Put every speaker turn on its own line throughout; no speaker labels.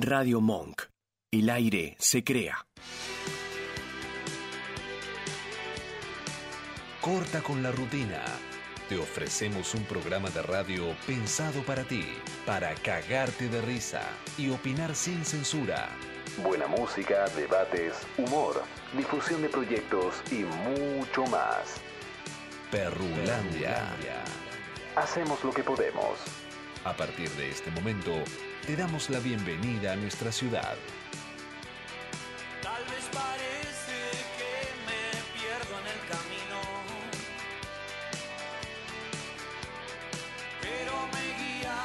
Radio Monk. El aire se crea.
Corta con la rutina. Te ofrecemos un programa de radio pensado para ti, para cagarte de risa y opinar sin censura. Buena música, debates, humor, difusión de proyectos y mucho más. Perrulandia. Hacemos lo que podemos. A partir de este momento, te damos la bienvenida a nuestra ciudad.
Tal vez parece que me pierdo en el camino, pero me guía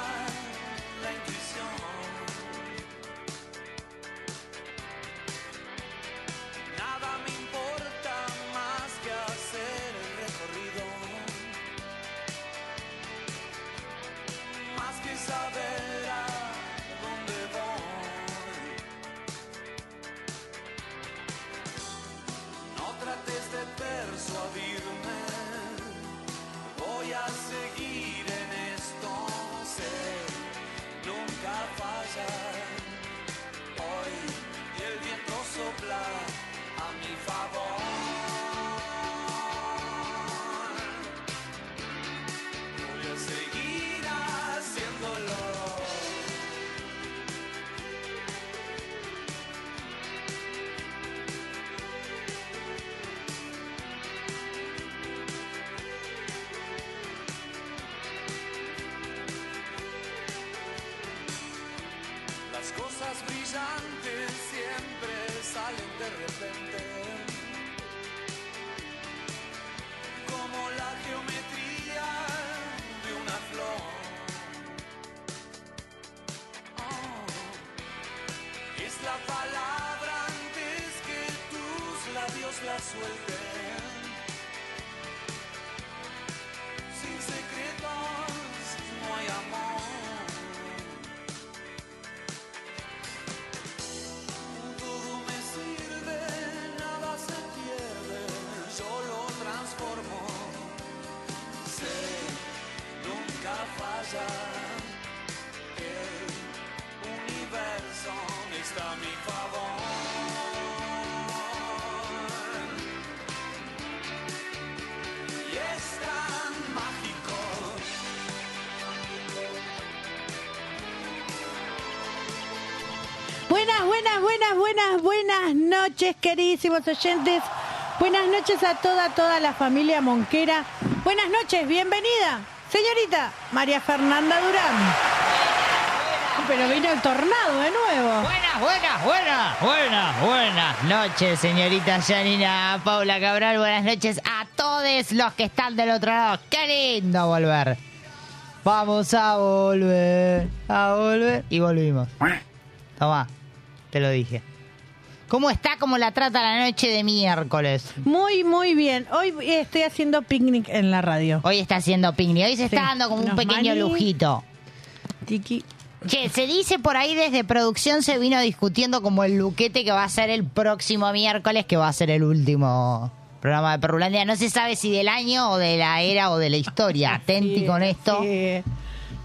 la intuición. Nada me importa más que hacer el recorrido, más que saber a dónde voy. No trates de persuadirme, voy a seguir en esto, sé, nunca falla. Hoy y el viento sopla a mi favor. Voy a seguir haciéndolo. Las cosas brillantes siempre salen de repente. Como la geometría de una flor. Oh, es la palabra antes que tus labios la suelten. Sin secretos no hay amor. Todo me sirve, nada se pierde, yo lo transformo. Sé, nunca falla. El universo está a mi favor. Y es tan mágico.
Buenas, buenas, buenas, buenas, buenas noches, queridísimos oyentes. Buenas noches a toda, toda la familia Monquera. Buenas noches, bienvenida, señorita María Fernanda Durán. Pero vino el tornado de nuevo.
Buenas, buenas, buenas, buenas, buenas noches, señorita Janina Paula Cabral. Buenas noches a todos los que están del otro lado. ¡Qué lindo volver! Vamos a volver, a volver. Y volvimos. Tomá, te lo dije. ¿Cómo está? ¿Cómo la trata la noche de miércoles?
Muy, muy bien. Hoy estoy haciendo picnic en la radio.
Hoy está haciendo picnic. Hoy se está
Sí.
dando como un
Unos
pequeño
maní.
lujito.
Tiki.
Che, se dice por ahí desde producción se vino discutiendo como el luquete que va a ser el próximo miércoles, que va a ser el último programa de Perrulandia. No se sabe si del año o de la era o de la historia. Atenti con esto.
Sí.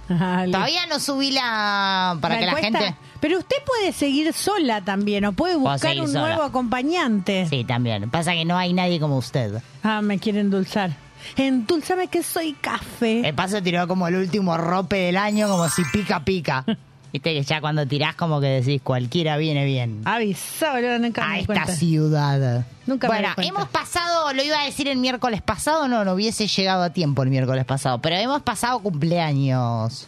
Dale.
Todavía no subí la... para que la
encuesta.
gente...
Pero usted puede seguir sola también, o puede buscar
seguir
un
sola.
nuevo acompañante.
Sí, también. Pasa que no hay nadie como usted.
Ah, me quiere endulzar. Endulzame que soy café.
El paso tiró como el último rope del año, como si pica, pica. Viste que ya cuando tirás como que decís cualquiera viene bien.
Avisa, boludo, nunca me
a
di
esta
cuenta.
ciudad.
Nunca me
bueno,
di cuenta.
hemos pasado, lo iba a decir el miércoles pasado, no, no hubiese llegado a tiempo el miércoles pasado, pero hemos pasado cumpleaños.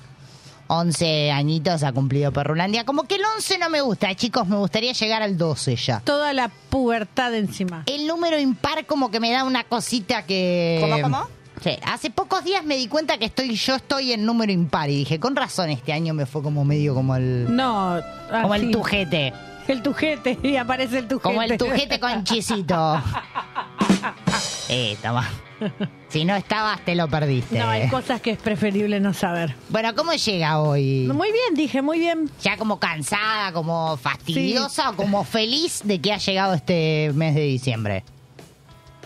11 añitos ha cumplido Perrulandia. Como que el 11 no me gusta, eh, chicos, me gustaría llegar al 12 ya.
Toda la pubertad encima.
El número impar como que me da una cosita que...
¿Cómo, cómo?
Sí, hace pocos días me di cuenta que estoy yo estoy en número impar y dije, con razón, este año me fue como medio como el...
No, ah,
como
sí.
el tujete.
El tujete, y aparece el tujete.
Como el tujete con chisito. Eh, toma. Si no estabas, te lo perdiste.
No, hay cosas que es preferible no saber.
bueno, ¿cómo llega hoy?
Muy bien, dije, muy bien.
¿Ya como cansada, como fastidiosa o como feliz de que ha llegado este mes de diciembre?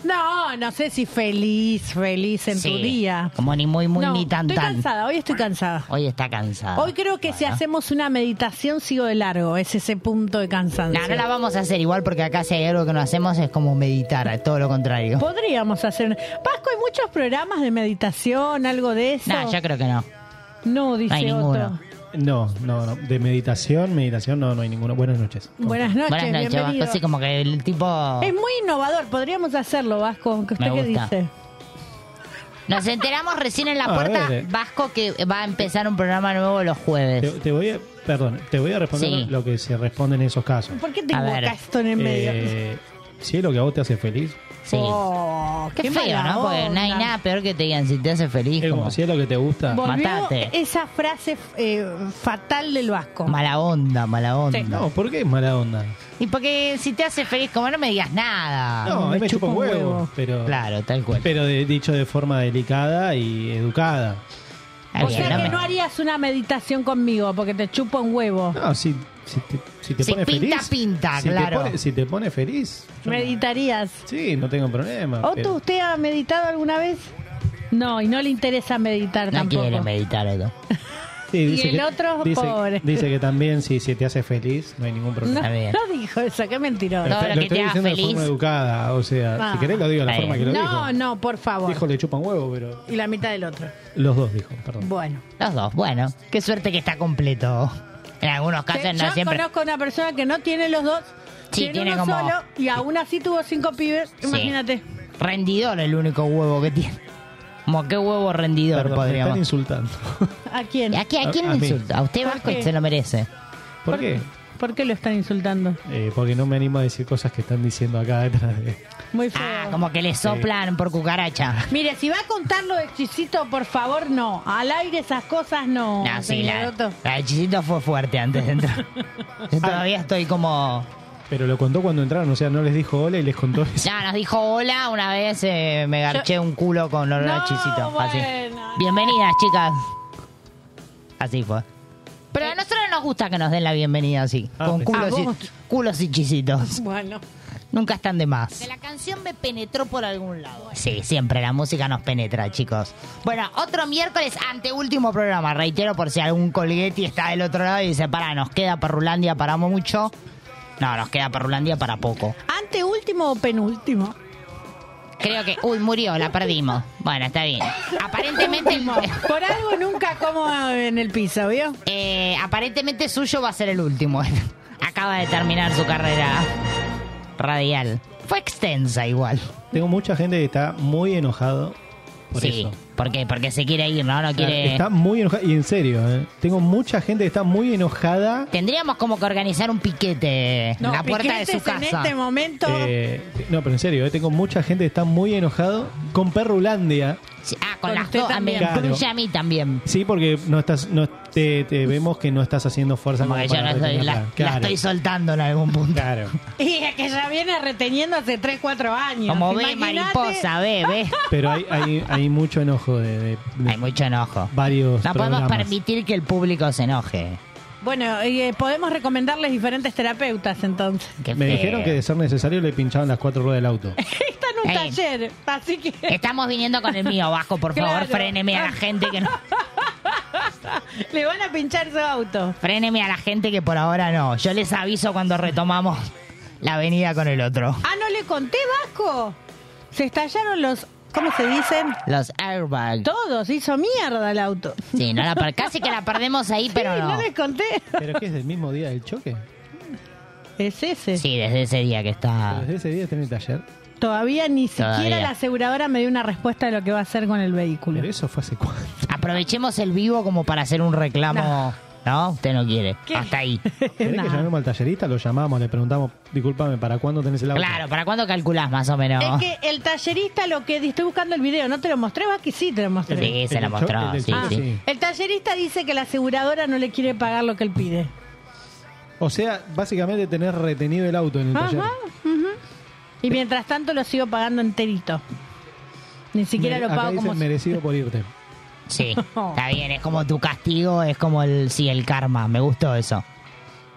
No, no sé si feliz, feliz en
Sí,
tu día.
Como ni muy, muy,
No,
ni tan,
estoy
tan.
cansada, hoy estoy cansada.
Hoy está cansada.
Hoy creo que si hacemos una meditación sigo de largo, es ese punto de cansancio.
No, no la vamos a hacer igual porque acá si hay algo que no hacemos es como meditar, todo lo contrario.
Podríamos hacer. Pasco, hay muchos programas de meditación, algo de eso.
No, yo creo que no.
No, dice
No hay
Otto.
ninguno.
No, no, no. De meditación, meditación, no, no hay ninguna. Buenas noches.
Buenas noches,
Buenas noches,
bienvenido.
Vasco. Sí, como que el tipo...
Es muy innovador, podríamos hacerlo, Vasco. ¿Qué
Me
¿Usted qué
gusta.
dice?
Nos enteramos recién en la
A
puerta,
ver, eh.
Vasco, que va a empezar un programa nuevo los
Te,
jueves.
te voy a, perdón, te voy a responder
Sí.
lo que se responde en esos casos.
¿Por qué te
A ver.
invoca esto en el medio?
Eh, si es lo que a vos te hace feliz,
Sí.
Oh,
Qué, feo,
mala
¿no? Porque no hay
onda.
nada peor que te digan si te hace feliz.
es como,
como
si es lo que te gusta,
Volvió
Matate.
esa frase eh, fatal del Vasco.
Mala onda, mala onda.
no, ¿por qué es mala onda?
Y porque si te hace feliz, como no me digas nada.
No, a mí
me
me chupa
chupa
un
un
huevo,
huevo.
pero,
Ah. Claro, tal cual.
pero de- dicho de forma delicada y educada.
Está
o
bien,
sea
no
que
me-
no harías una meditación conmigo porque te chupa un huevo.
No, si, si te, si te
Si
pone
pinta,
feliz.
pinta,
si te
claro.
pone- si te pone feliz. yo no-
Meditarías.
sí, no eh. tengo problema.
Otto,
pero-
¿usted ha meditado alguna vez? No, y no le interesa meditar
No
tampoco.
quiere meditar Otto.
Sí, dice
Y el otro,
dice-
pobre.
Dice que también si, si te hace feliz, no hay ningún
No,
problema.
Está bien.
no dijo eso, qué mentiroso.
No,
Lo
Todo lo que
estoy
te haga
diciendo de
feliz. Eh.
forma educada, o sea,
Ah.
si querés lo digo de la
Está
forma que
bien.
lo
No,
dijo.
no, por favor.
Dijo le chupan huevo, pero
Y la mitad del otro.
los dos dijo, perdón.
Bueno.
Los dos, bueno. Qué suerte que está completo. En algunos casos
Yo
no siempre.
conozco una persona que no tiene los dos,
Sí,
tiene,
tiene
uno
como-
solo y aún así tuvo cinco pibes.
Sí.
Imagínate.
Rendidor el único huevo que tiene. Como qué huevo rendidor
Perdón, me están
podríamos.
insultando.
¿A quién?
¿A, qué- a
A-
quién
a
le
mí.
insulta? A usted
¿Por
Vasco
qué?
se lo merece.
¿Por qué?
¿Por qué lo están insultando?
Eh, porque no me animo a decir cosas que están diciendo acá detrás de...
Muy feo.
Ah, como que le soplan por cucaracha.
Mire, si va a contar lo de Chisito, por favor, no. Al aire esas cosas no.
No, sí, la,
señor Otto.
la de Chisito fue fuerte antes de entrar. Yo todavía estoy como.
Ah. Pero lo contó cuando entraron, o sea, no les dijo hola y les contó eso.
Ya, nos dijo hola una vez, eh, me garché un culo con olor a
No,
Chisito. Así.
bueno.
Bienvenidas, chicas. Así fue. Pero a nosotros nos gusta que nos den la bienvenida así,
Ah,
con
sí.
culos
Ah,
y,
vos.
culos y chisitos.
Bueno.
Nunca están de más. La canción me penetró por algún lado. Sí, siempre la música nos penetra, chicos. Bueno, otro miércoles anteúltimo programa. Reitero por si algún colguetti está del otro lado y dice, para, nos queda Perrulandia para mucho. No, nos queda Perrulandia para poco.
¿Ante Este último o penúltimo?
Creo que. Uy, murió, la perdimos. Bueno, está bien. Aparentemente. el-
Por algo nunca como en el piso, ¿vio?
eh, aparentemente suyo va a ser el último. Acaba de terminar su carrera radial. Fue extensa igual.
Tengo mucha gente que está muy enojado por
sí.
eso.
¿Por qué? Porque se quiere ir, ¿no? No
Claro,
quiere.
Está muy enojada, y en serio, ¿eh? tengo mucha gente que está muy enojada
Tendríamos como que organizar un piquete en la puerta de su
piquetes
casa.
En este momento.
Eh, no, pero en serio, eh, tengo mucha gente que está muy enojado con Perrulandia.
Sí, Ah, con,
Con
las
usted
dos. ah, me
también.
incluye
Claro.
a mí también.
Sí, porque no estás, no, te, te vemos que no estás haciendo fuerza
Como
como
que yo
para
no estoy- la,
retenerla.
la
Claro,
estoy soltando en algún punto.
claro.
Y es que ya viene reteniendo hace 3, 4 años.
Como ve,
Imaginate.
mariposa, ve, ve.
Pero hay, hay, hay mucho enojo de, de- de
Hay mucho enojo.
varios.
No podemos
programas.
permitir que el público se enoje.
Bueno, y, eh, podemos recomendarles diferentes terapeutas entonces.
Qué
Me
feo.
dijeron que de ser necesario le pinchaban las cuatro ruedas del auto.
Está en un
Eh.
taller, así que
Estamos viniendo con el mío, Vasco, por favor,
Claro.
fréneme a la gente que no...
le van a pinchar su auto.
Fréneme a la gente que por ahora no. Yo les aviso cuando retomamos la avenida con el otro.
Ah, no le conté, Vasco. Se estallaron los, ¿cómo se dicen?
Los airbags.
Todos, hizo mierda el auto.
Sí, no la per- casi que la perdemos ahí, pero
Sí,
no.
les conté.
¿Pero qué es del mismo día del choque?
Es ese.
Sí, desde ese día que está...
Desde ese día está en el taller.
Todavía ni siquiera
Todavía.
la aseguradora me dio una respuesta de lo que va a hacer con el vehículo.
Pero eso fue hace cuánto.
Aprovechemos el vivo como para hacer un reclamo... ¿No? Usted no quiere.
¿Qué?
Hasta ahí.
¿Querés que
Nah.
llamemos al tallerista? Lo llamamos, le preguntamos, discúlpame, ¿para cuándo tenés el auto?
Claro, ¿para cuándo calculás más o menos?
Es que el tallerista lo que estoy buscando el video, no te lo mostré, Vasco, sí te lo mostré. Ah,
Sí, se
el
la
cho-
mostró,
el del
sí,
choque,
sí.
El tallerista dice que la aseguradora no le quiere pagar lo que él pide.
O sea, básicamente tenés retenido el auto en el taller.
Ajá, ujú. Y mientras tanto lo sigo pagando enterito. Ni siquiera
Mere-
lo
acá
pago
dicen
como...
merecido por irte.
Sí, está bien, es como tu castigo, es como el sí, el karma, me gustó eso.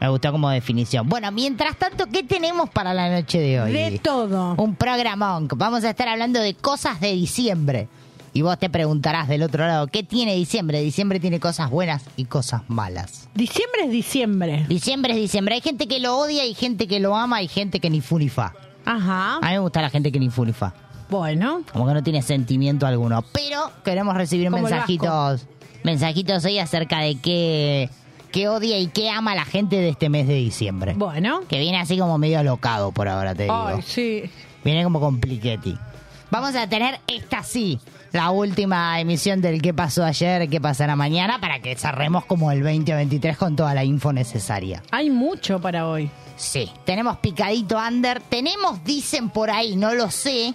Me gustó como definición. Bueno, mientras tanto, ¿qué tenemos para la noche de hoy?
De todo.
Un programón. Vamos a estar hablando de cosas de diciembre. Y vos te preguntarás del otro lado, ¿qué tiene diciembre? Diciembre tiene cosas buenas y cosas malas.
Diciembre es diciembre.
Diciembre es diciembre. Hay gente que lo odia, hay gente que lo ama, hay gente que ni funifa.
Ajá.
A mí me gusta la gente que ni funifa.
Bueno.
Como que no tiene sentimiento alguno. Pero queremos recibir
Como el
mensajitos. Mensajitos hoy acerca de qué, qué odia y qué ama la gente de este mes de diciembre.
Bueno.
Que viene así como medio alocado por ahora, te digo.
Ay, sí.
Viene como con pliquetti. Vamos a tener esta sí, la última emisión del qué pasó ayer, qué pasará mañana, para que cerremos como el 2023 con toda la info necesaria.
Hay mucho para hoy.
Sí, tenemos picadito under, tenemos, dicen por ahí, no lo sé,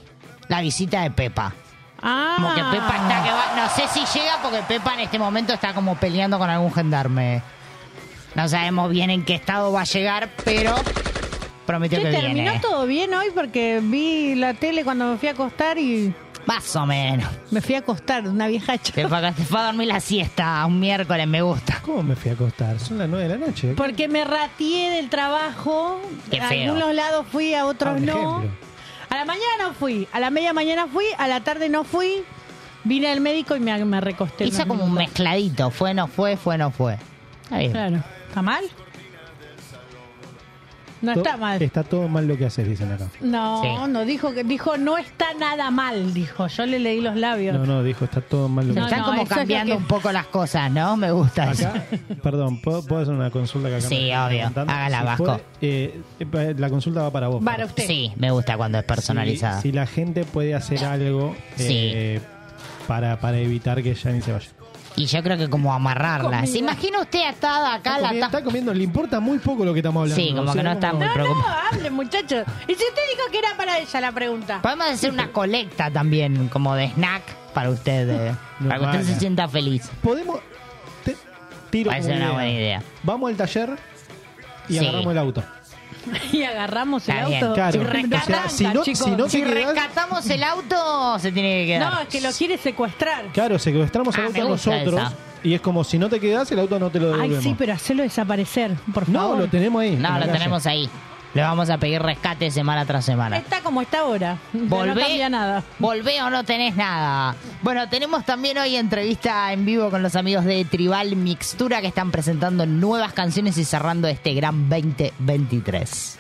la visita de Pepa.
Ah.
Como que Pepa está que va, no sé si llega porque Pepa en este momento está como peleando con algún gendarme. No sabemos bien en qué estado va a llegar, pero prometió
Che,
que
terminó
viene.
todo bien hoy porque vi la tele cuando me fui a acostar y
Más o menos.
me fui a acostar, una vieja
Te
chapa.
fue, a- te fue a dormir la siesta un miércoles, me gusta.
¿Cómo me fui a acostar? Son las 9 de la noche.
Porque me rateé del trabajo.
Qué
a
feo.
algunos lados fui, a otros
Ah, un
no.
ejemplo.
A la mañana no fui, a la media mañana fui, a la tarde no fui. Vine al médico y me, me recosté.
Hizo
unos
como un
minutos.
mezcladito, fue, no fue, fue, no fue. Está bien.
Claro. ¿Está mal? No
To-
está mal.
Está todo mal lo que haces, dicen acá.
No,
Sí.
no, dijo que dijo no está nada mal, dijo. Yo le leí los labios.
No, no, dijo, está todo mal lo que
No,
Están
haces.
no,
como
eso es lo
cambiando
que-
un poco las cosas, ¿no? Me gusta eso.
Acá, perdón, ¿puedo, puedo hacer una consulta que acá
Sí,
me están
obvio.
preguntando?
Hágala,
Si
Vasco.
puede, eh, eh, la consulta va para vos.
Para
Fer.
usted.
Sí, me gusta cuando es personalizada.
Si, si la gente puede hacer algo eh, para, para evitar que Yanni se vaya.
Y yo creo que como amarrarla. ¿Se imagina usted atada acá la
comiendo,
tapa?
está comiendo, le importa muy poco lo que estamos hablando.
Sí, como
O sea,
que no está muy
No, no,
preocupada.
hable, muchachos. Y si usted dijo que era para ella la pregunta.
Podemos hacer una colecta también, como de snack para usted, eh,
No
para que usted
vaya.
se sienta feliz.
Podemos. te- tiro
Parece
como
una buena idea.
Vamos al taller y
Sí.
agarramos el auto.
Y agarramos el
Está bien.
auto.
Claro.
Si
O sea,
rescatan,
si no-
chicos.
si no
Si
te quedás-
rescatamos el auto, se tiene que quedar.
No, es que lo quiere secuestrar.
Claro, secuestramos el
Ah,
auto
me gusta
nosotros.
esa.
Y es como si no te quedas, el auto no te lo
Ay,
devolvemos.
sí, pero hacelo desaparecer, por
no,
favor.
lo tenemos ahí. en
No,
la
lo
calle.
tenemos ahí. Le vamos a pedir rescate semana tras semana.
Está como está ahora.
Volvé,
No cambia nada.
volvé o no tenés nada. Bueno, tenemos también hoy entrevista en vivo con los amigos de Tribal Mixtura que están presentando nuevas canciones y cerrando este gran 2023.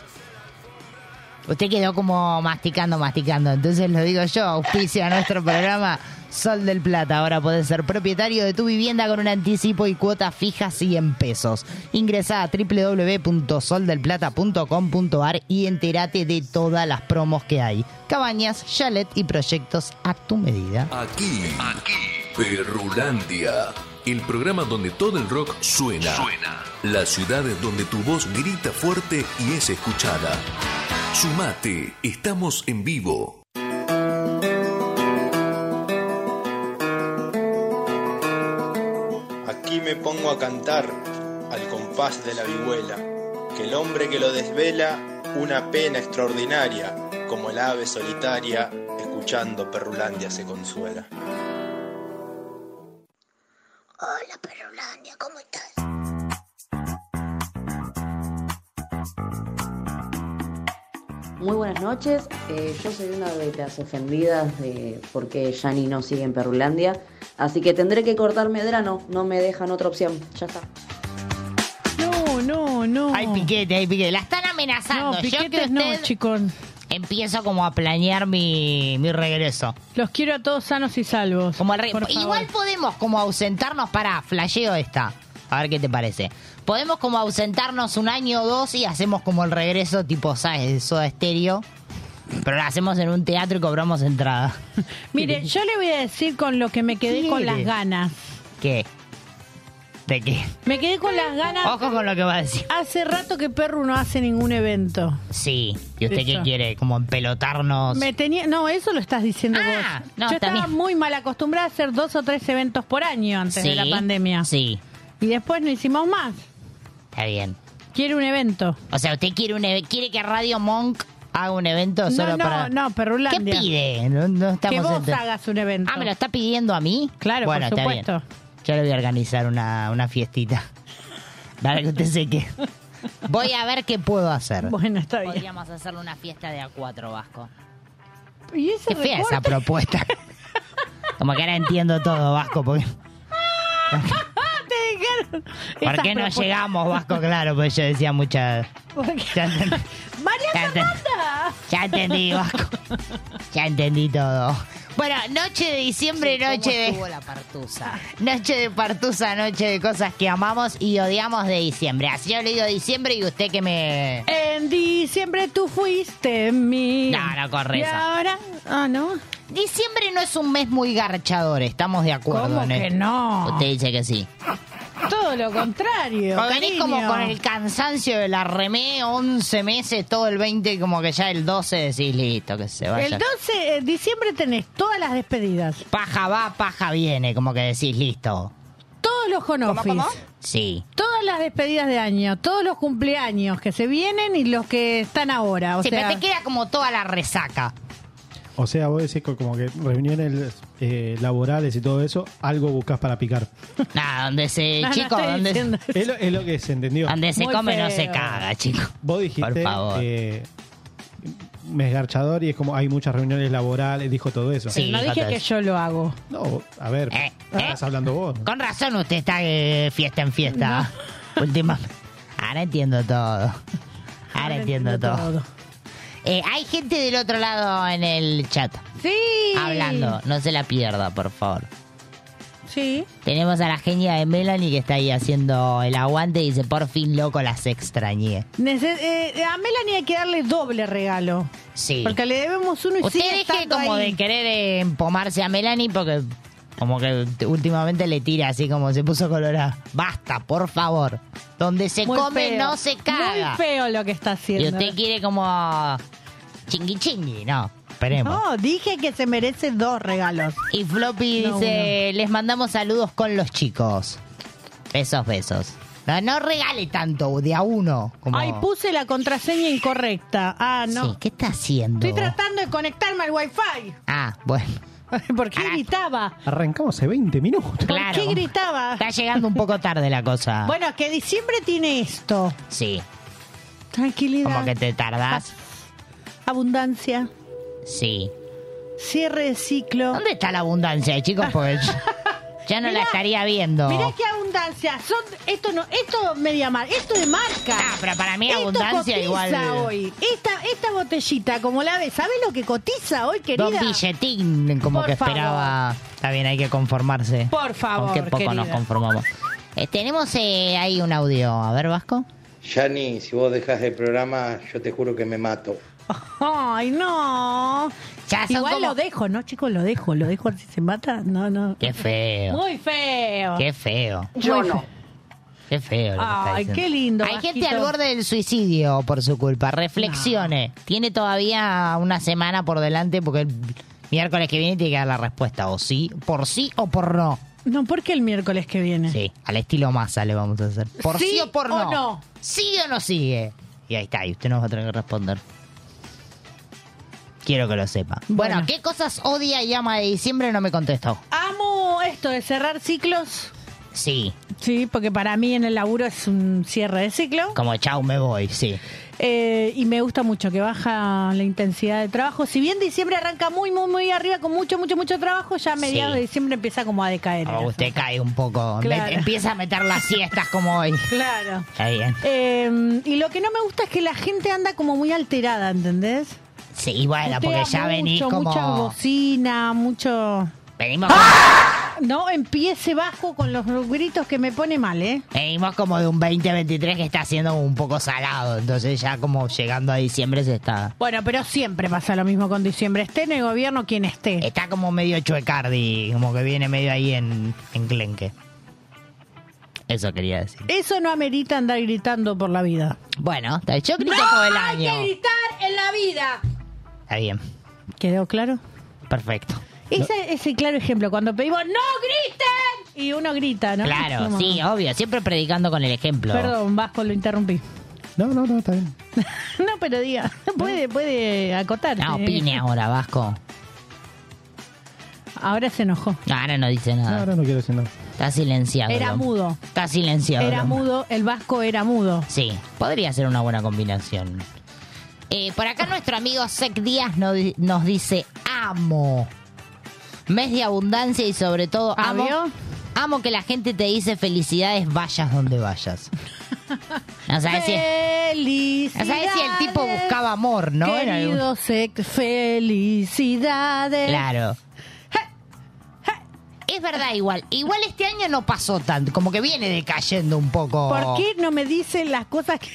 Usted quedó como masticando, masticando. Entonces lo digo yo, auspicia nuestro programa Sol del Plata. Ahora podés ser propietario de tu vivienda con un anticipo y cuotas fijas 100 pesos. Ingresá a www.soldelplata.com.ar y entérate de todas las promos que hay. Cabañas, chalet y proyectos a tu medida.
Aquí, aquí, Perrulandia. El programa donde todo el rock suena. Suena. Las ciudades donde tu voz grita fuerte y es escuchada. Sumate, estamos en vivo.
Aquí me pongo a cantar al compás de la vihuela, que el hombre que lo desvela una pena extraordinaria, como el ave solitaria escuchando Perrulandia se consuela.
Hola, Perulandia, ¿cómo estás?
Muy buenas noches, Eh, yo soy una de las ofendidas de por qué Yani no sigue en Perrulandia, así que tendré que cortar medrano, no me dejan otra opción, ya está.
No, no, no.
Hay piquete, hay piquete. La están amenazando.
No,
yo que
piquetes
usted
no, chicos.
empiezo como a planear mi, mi regreso.
Los quiero a todos sanos y salvos.
Como el re-
Por favor.
Igual podemos como ausentarnos para flasheo esta. A ver qué te parece. Podemos como ausentarnos un año o dos y hacemos como el regreso tipo, ¿sabes? De Soda Estéreo. Pero lo hacemos en un teatro y cobramos entrada.
Mire, yo le voy a decir con lo que me quedé
¿Quiere?
con las ganas.
¿Qué? ¿De qué?
Me quedé con las ganas.
Ojo con lo que va a decir.
Hace rato que Perru no hace ningún evento.
Sí. ¿Y usted qué
Eso.
quiere? ¿Como empelotarnos?
Me tenía, no, eso lo estás diciendo
Ah,
vos.
no,
Yo
está
estaba
bien.
muy mal acostumbrada a hacer dos o tres eventos por año antes
Sí,
de la pandemia.
Sí.
Y después no hicimos más.
Está bien.
Quiero un evento.
O sea, ¿usted quiere, un ev- quiere que Radio Monk haga un evento solo
no, no,
para...?
no,
¿Qué
Perrulandia.
pide? No, no estamos
que vos
ente-
hagas un evento.
Ah, ¿me lo está pidiendo a mí?
Claro, por
bueno,
supuesto.
Está bien. Yo le voy a organizar una, una fiestita. Para que usted se quede. Voy a ver qué puedo hacer.
Bueno, está bien.
Podríamos hacerle una fiesta de A4 Vasco.
¿Y ese
Qué fea
recorte?
esa propuesta. Como que ahora entiendo todo, Vasco. Porque,
Ah, Te dijeron
¿Por
esas
qué no
propuestas.
llegamos, Vasco? Claro, porque yo decía muchas. Ya, entendí-
¡María
Ya te-
Zapata!
ya entendí, Vasco. Ya entendí todo. Bueno, noche de diciembre, noche
¿Cómo
de.
estuvo la partusa?
Noche de partusa, noche de cosas que amamos y odiamos de diciembre. Así yo le digo diciembre y usted que me...
En diciembre tú fuiste mío.
No, no corre
Y
eso.
ahora... Ah, ¿no?
Diciembre no es un mes muy garchador, estamos de acuerdo
¿Cómo
en
que
esto.
no?
Usted dice que sí.
Todo lo contrario,
Porque venís como
cariño.
con el cansancio de la remé 11 meses, todo el 20 y como que ya el 12 decís listo, que se vaya.
El 12 de diciembre tenés todas las despedidas.
Paja va, paja viene, como que decís listo.
Todos los con office.
Sí.
Todas las despedidas de año, todos los cumpleaños que se vienen y los que están ahora. O
Sí,
sea,
pero te queda como toda la resaca.
O sea, vos decís que como que reuniones eh, laborales y todo eso, algo buscas para picar.
Nada, donde se...
no, no
chicos,
estoy diciendo
donde,
eso.
Es lo, es lo que se entendió.
donde se
Muy
come no
feo.
se caga, chicos.
Vos dijiste
Por favor.
eh, mesgarchador y es como hay muchas reuniones laborales, dijo todo eso.
Sí.
no dije
fíjate.
que yo lo hago.
No, a ver,
Eh,
estás
eh.
hablando vos.
Con razón usted está eh, fiesta en fiesta. Última. Ahora entiendo todo. Ahora entiendo, todo. Eh, hay gente del otro lado en el chat
Sí.
hablando. No se la pierda, por favor.
Sí.
Tenemos a la genia de Melanie que está ahí haciendo el aguante y dice, por fin, loco, las extrañé.
Nece- eh, a Melanie hay que darle doble regalo.
Sí.
Porque le debemos uno y
Usted
sigue
deje
estando
como
ahí.
de querer eh, empomarse a Melanie porque como que últimamente le tira así como se puso colorada. Basta, por favor. Donde se
Muy
come
feo.
no se caga.
Muy feo lo que está
Y
haciendo.
usted quiere como chingui chingui, no, esperemos.
No, dije que se merece dos regalos.
Y Floppy
No,
dice, les mandamos saludos con los chicos. Besos, besos. No, no regale tanto de a uno. Como...
Ay, puse la contraseña incorrecta. Ah, no.
Sí, ¿qué está haciendo?
Estoy tratando de conectarme al wifi.
Ah, bueno,
¿Por qué
Ah.
gritaba?
Arrancamos hace 20 minutos.
¿Por
claro.
qué gritaba?
Está llegando un poco tarde la cosa.
Bueno, que diciembre tiene esto.
Sí, como
Tranquilidad,
que te tardás.
abundancia,
Sí.
cierre de ciclo.
¿Dónde está la abundancia, chicos? Pues ya no la
Mirá,
estaría viendo.
Mirá qué abundancia. Son, esto no, esto media mar, esto de marca.
Ah, pero para mí
Esto
abundancia
cotiza
igual.
hoy. Esta, esta botellita, como la ves, ¿sabes lo que cotiza hoy, querida?
Don Billetín, como
Por
que esperaba. Está bien, hay que conformarse.
Por favor,
Aunque poco
querida.
nos conformamos. Eh, tenemos eh, ahí un audio. A ver, Vasco.
Yani, si vos dejás el programa, yo te juro que me mato.
Ay, no.
Ya son
Igual
como-
lo dejo, ¿no, chicos? Lo dejo, lo dejo. Si se mata, no, no.
Qué feo.
Muy feo.
Qué feo.
Yo no.
Qué feo. lo que está
Ay,
diciendo.
qué lindo,
Hay gente
Vasquito.
al borde del suicidio por su culpa. Reflexione. Tiene todavía una semana por delante porque el miércoles que viene tiene que dar la respuesta. O sí, por sí o por no.
No, porque el miércoles que viene.
Sí, al estilo masa le vamos a hacer. ¿Por sí,
¿Sí
o por
o
no?
no?
¿Sigue o no sigue? Y ahí está, y usted nos va a tener que responder. Quiero que lo sepa. Bueno,
Bueno.
¿qué cosas odia y ama de diciembre? No me contestó.
Amo esto de cerrar ciclos.
Sí,
Sí, porque para mí en el laburo es un cierre de ciclo.
como chau, me voy, sí.
Eh, y me gusta mucho que baja la intensidad de trabajo. Si bien diciembre arranca muy, muy, muy arriba con mucho, mucho, mucho trabajo, ya a mediados
Sí.
de diciembre empieza como a decaer.
O usted cae un poco.
Claro.
Met- Empieza a meter las siestas como hoy.
Claro.
Está bien.
Eh, y lo que no me gusta es que la gente anda como muy alterada, ¿entendés?
Sí, bueno,
Putea
porque ya
mucho,
venís
Mucha
como.
bocina, mucho...
Venimos como,
No empiece bajo con los gritos que me pone mal, ¿eh?
venimos como de un 2023 que está siendo un poco salado. Entonces, ya como llegando a diciembre se está.
Bueno, pero siempre pasa lo mismo con diciembre. Esté en el gobierno quien esté.
Está como medio chuecardi, como que viene medio ahí en, en clenque. Eso quería decir.
Eso no amerita andar gritando por la vida.
Bueno, está- yo grito todo el año.
gritar en la vida!
Está bien,
¿Quedó claro?
perfecto.
Ese es el claro ejemplo. Cuando pedimos ¡No griten! Y uno grita, ¿no?
Claro,
Como-
sí, obvio, siempre predicando con el ejemplo.
Perdón, Vasco, lo interrumpí.
No, no, no, está bien.
No, pero diga, puede, puede ¿eh? acotar.
No, opine ahora, Vasco.
Ahora se enojó.
No, ahora no dice
No,
nada.
ahora no quiero decir nada.
Está silenciado.
Era
el hombre.
mudo.
Está silenciado. el
Era
hombre.
mudo, el vasco era mudo.
Sí, podría ser una buena combinación. Eh, por acá nuestro amigo Sec Díaz no- nos dice amo. Mes de abundancia y sobre todo amo,
¿Avió?
amo que la gente te dice felicidades vayas donde vayas. No sabes si, no sabes si el tipo
Felicidades,
buscaba amor, ¿no? En algún-
Querido Sec, felicidades.
Claro. Es verdad igual. Igual este año no pasó tanto. Como que viene decayendo un poco.
¿Por qué no me dicen las cosas que...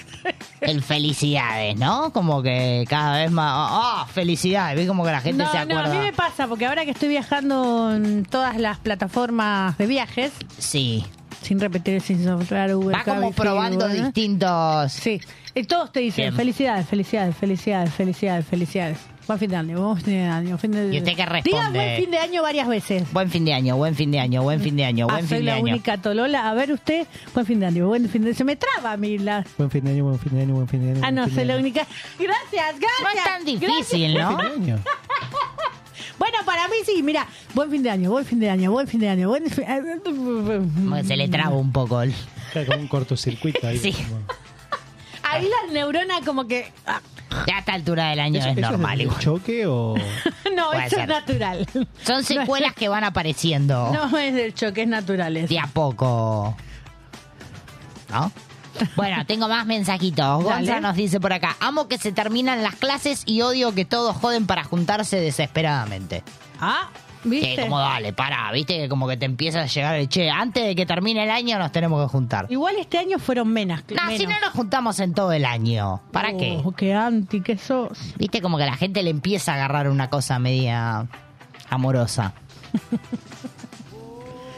El felicidades, ¿no? Como que cada vez más... ¡Ah, felicidades! ¿Ves como que la gente
no,
se
no,
acuerda?
a mí me pasa, porque ahora que estoy viajando en todas las plataformas de viajes,
Sí.
sin repetir, sin soplar Uber,
Va como
Cabify,
probando
Uber, ¿no?
distintos...
Sí. Y todos te dicen
Bien.
felicidades, felicidades, felicidades, felicidades, felicidades. Buen fin de año, buen fin de año, fin de
¿Y usted qué responde?
Diga buen fin de año varias veces.
Buen fin de año, buen fin de año, buen fin de año,
Ah,
buen
soy
fin de
la
año.
única Tolola. A ver usted, buen fin de año, buen fin de año. Se me traba a mí la...
Buen fin de año, buen fin de año, buen fin de año.
Ah,
buen
no,
fin
soy
de
la
año.
única... Gracias, gracias. No es tan
difícil, ¿no?
Buen fin de año.
Bueno, para mí sí, mira, buen fin de año, buen fin de año, buen fin de año, buen fin
Como que se le traba un poco. el-
Claro, como un cortocircuito ahí.
Sí.
como-
Ahí la neurona como que... ah,
Ya a esta altura del año
¿Eso-
es
eso
normal.
del
igual.
choque o...?
no,
Puede
eso
ser.
es natural.
Son secuelas que van apareciendo
No es del choque, es natural eso.
de a poco. ¿No? Bueno, tengo más mensajitos. Gonza
Dale.
nos dice por acá, amo que se terminan las clases y odio que todos joden para juntarse desesperadamente.
Ah,
Que
¿viste?
como dale, pará, viste que como que te empieza a llegar el che, antes de que termine el año nos tenemos que juntar.
Igual este año fueron menos.
No, si no nos juntamos en todo el año. ¿Para qué?
Oh, qué anti, qué sos.
Viste como que la gente le empieza a agarrar una cosa media amorosa.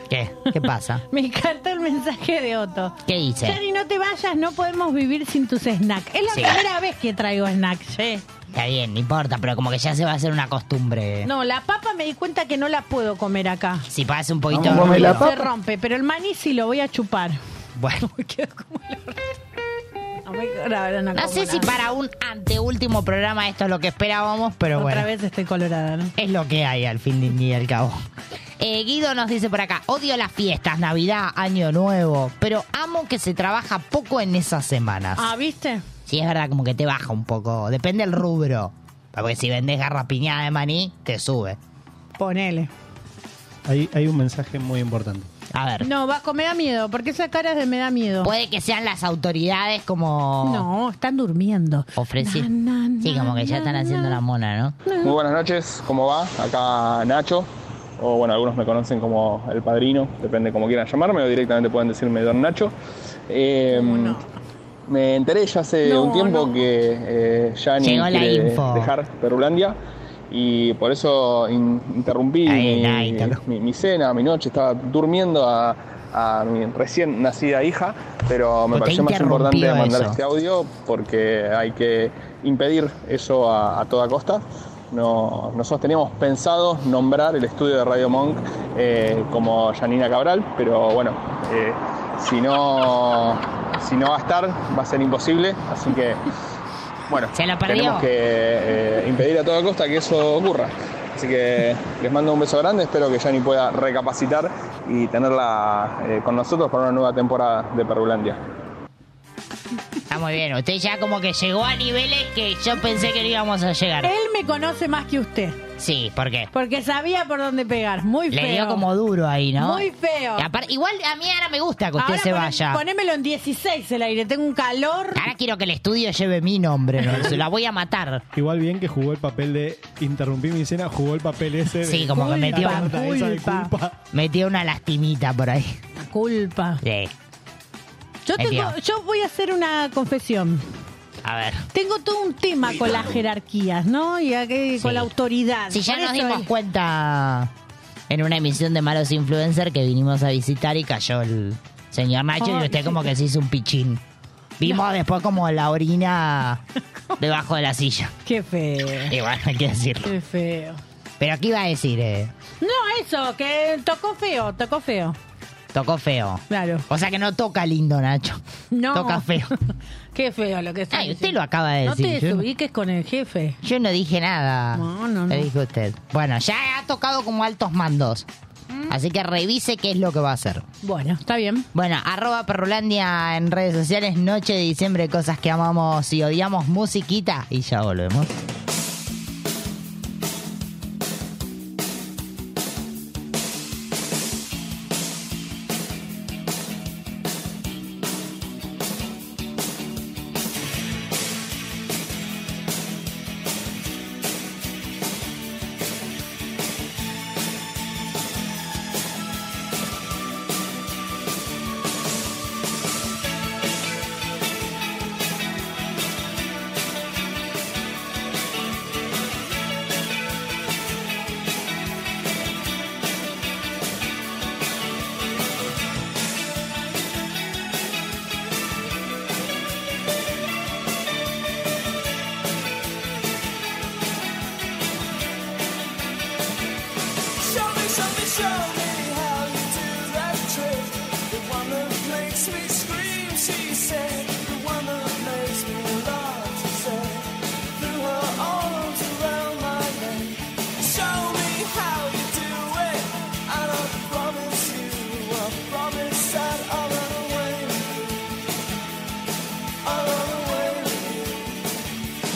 ¿Qué? ¿Qué pasa?
Me encanta el mensaje de Otto.
¿Qué dice?
Jenny, no te vayas, no podemos vivir sin tus snacks. Es la
Sí.
primera vez que traigo snacks, ¿eh?
Está bien, no importa, pero como que ya se va a hacer una costumbre.
No, la papa me di cuenta que no la puedo comer acá.
Si pasa un poquito
Vamos, come la
ruido.
Se rompe, pero el maní sí lo voy a chupar.
Bueno,
Quedó como la- No, me- ahora no
no
como
sé si
nada.
para un anteúltimo programa esto es lo que esperábamos, pero
Otra
bueno.
vez estoy colorada, ¿no?
Es lo que hay al fin y al cabo. Eh, Guido nos dice por acá, odio las fiestas, Navidad, Año Nuevo, pero amo que se trabaja poco en esas semanas.
Ah, ¿viste?
Sí, es verdad, como que te baja un poco, depende del rubro. Porque si vendés garrapiñada de maní, te sube.
Ponele.
Hay, hay un mensaje muy importante.
A ver,
No, Vasco, me da miedo, porque esa cara es de me da miedo.
puede que sean las autoridades como
No, están durmiendo.
ofreci-
Na, na,
Sí, como que ya
na,
están haciendo
na.
la mona, ¿no?
Muy buenas noches, ¿cómo va? Acá Nacho, o bueno, algunos me conocen como el padrino, depende como quieran llamarme, o directamente pueden decirme Don Nacho. Eh, Me enteré ya hace
No,
un tiempo
no.
que eh, Gianni
Llegó la
quiere
info.
dejar Perulandia y por eso in- interrumpí
Ahí,
mi,
ahí, te lo-
mi- mi cena, mi noche, estaba durmiendo a, a mi recién nacida hija, pero me
Porque
pareció más
interrumpió
importante mandar
eso.
este audio porque hay que impedir eso a, a toda costa. No, nosotros teníamos pensado nombrar el estudio de Radio Monk eh, como Janina Cabral, pero bueno, eh, si, no, si no va a estar, va a ser imposible. Así que, bueno,
Se la perdió.
tenemos que eh, impedir a toda costa que eso ocurra. Así que les mando un beso grande, espero que Yanni pueda recapacitar y tenerla eh, con nosotros para una nueva temporada de Perulandia.
Está muy bien, usted ya como que llegó a niveles que yo pensé que no íbamos a llegar.
Él me conoce más que usted,
Sí, ¿por qué?
porque sabía por dónde pegar. Muy feo.
Le dio como duro ahí, ¿no?
Muy feo.
Y apar- igual a mí ahora me gusta que usted
Ahora
se
poné-
vaya.
Ponémelo en 16 el aire, tengo un calor.
Ahora quiero que el estudio lleve mi nombre, ¿no? Se la voy a matar.
Igual bien que jugó el papel de interrumpí mi cena, jugó el papel ese de
Sí, como que metió,
la tarta esa de culpa.
metió una lastimita por ahí.
La culpa.
Sí,
Yo,
Me
tengo,
dio.
yo voy a hacer una confesión.
a ver.
Tengo todo un tema con las jerarquías, ¿no? Y a que- con
Sí.
la autoridad.
Si ya
Por
nos
eso
dimos
es-
cuenta en una emisión de Malos Influencer que vinimos a visitar y cayó el señor Nacho y
Ay,
usted
sí.
como que se hizo un pichín. Vimos después como la orina debajo de la silla.
Qué feo.
Igual, hay que decirlo.
Qué feo.
Pero ¿qué iba a decir? eh?
No, eso, que tocó feo, tocó feo.
Tocó feo.
Claro.
O sea que no toca lindo, Nacho.
No.
Toca feo.
Qué feo lo que está
Ay, usted
diciendo.
lo acaba de
No
decir.
te
Yo-
desubiques con el jefe.
Yo no dije nada.
No, no, no. Mm.
Le dijo usted. Bueno, ya ha tocado como altos mandos. Así que revise qué es lo que va a hacer.
Bueno, está bien.
Bueno, arroba Perrulandia en redes sociales, noche de diciembre, cosas que amamos y odiamos, musiquita y ya volvemos.
Show me, show me, show me how you do that trick. The one that makes me scream, she said. The one that makes me laugh, she said. Threw her arms around my neck. Show me how you do it, and I promise you, I promise that I'll run away with you. I'll run away with you.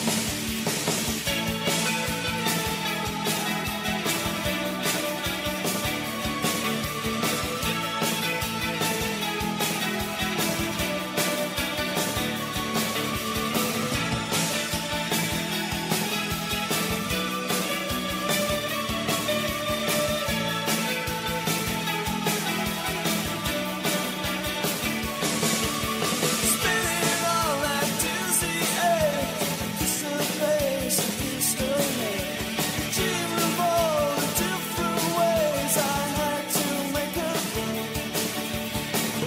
Spinning all that dizzy air, kiss the face of Houston air. Dream of all the different ways I had to make a break.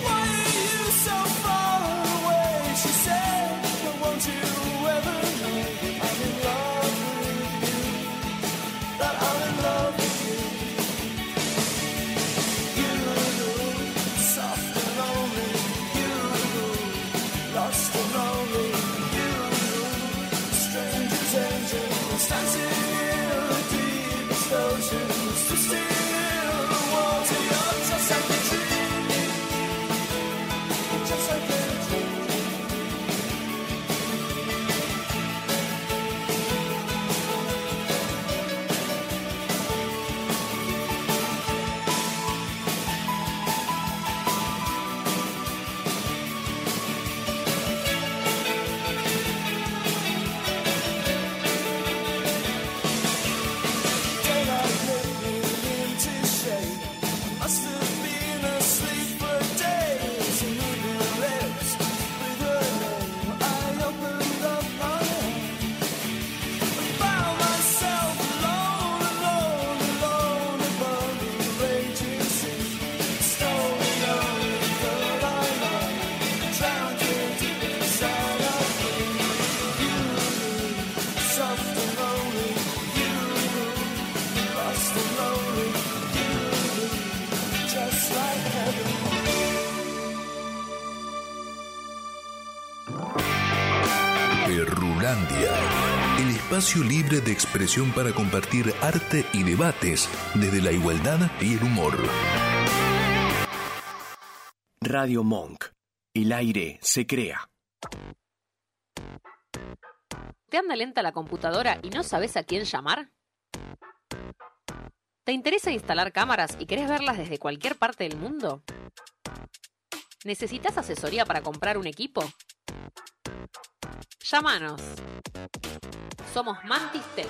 Why are you so far away? She said, But won't you ever know I'm in love with you? That I'm in love with you. You soft and lonely. You lost and lonely. You, stranger's angel, dancing in the deepest oceans, twisting in the water. You're just like a dream, just like a dream. Daylight made me into shape. Must have been asleep for days. Moving lips with her name. I opened up my heart. Found myself alone, alone, alone above the raging sea. Slowly on the girl I love, drowned deep inside of me. You, soft and lonely. You. Lost and lonely, you just like heaven.
Perrulandia, el espacio libre de expresión para compartir arte y debates desde la igualdad y el humor.
Radio Monk. El aire se crea.
¿Te anda lenta la computadora y no sabes a quién llamar? ¿Te interesa instalar cámaras y querés verlas desde cualquier parte del mundo? ¿Necesitas asesoría para comprar un equipo? Llámanos. Somos Mantis Tech.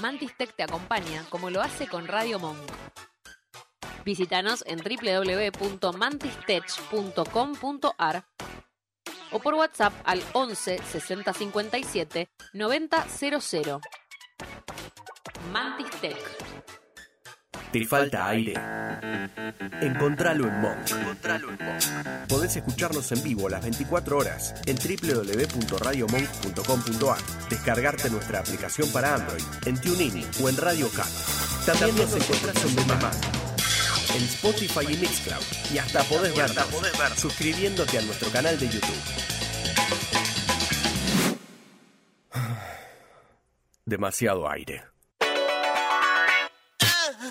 Mantis Tech te acompaña como lo hace con Radio Monk. Visítanos en www.mantistech.com.ar o por WhatsApp al 11 60 57 90 00. Mantis Tech.
Te falta aire. Encontralo en Monk. Podés escucharnos en vivo las 24 horas en www.radiomonk.com.ar. Descargarte nuestra aplicación para Android en TuneIn o en Radio Cat. También nos encontrás en Mamá, en Spotify y Mixcloud. Y hasta podés vernos suscribiéndote a nuestro canal de YouTube. Demasiado aire.
Ah,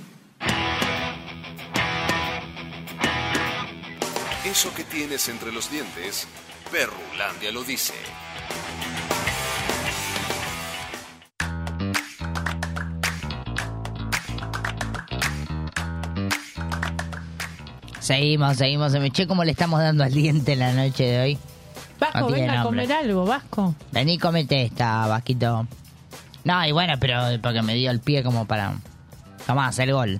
Eso que tienes entre los dientes, Perrulandia lo dice.
Seguimos, seguimos. Che, ¿cómo le estamos dando al diente en la noche de hoy?
Vasco,
tiene
venga a
nombre.
comer algo, Vasco.
Vení, comete esta, Vasquito. No, y bueno, pero porque me dio el pie como para... Jamás, el gol.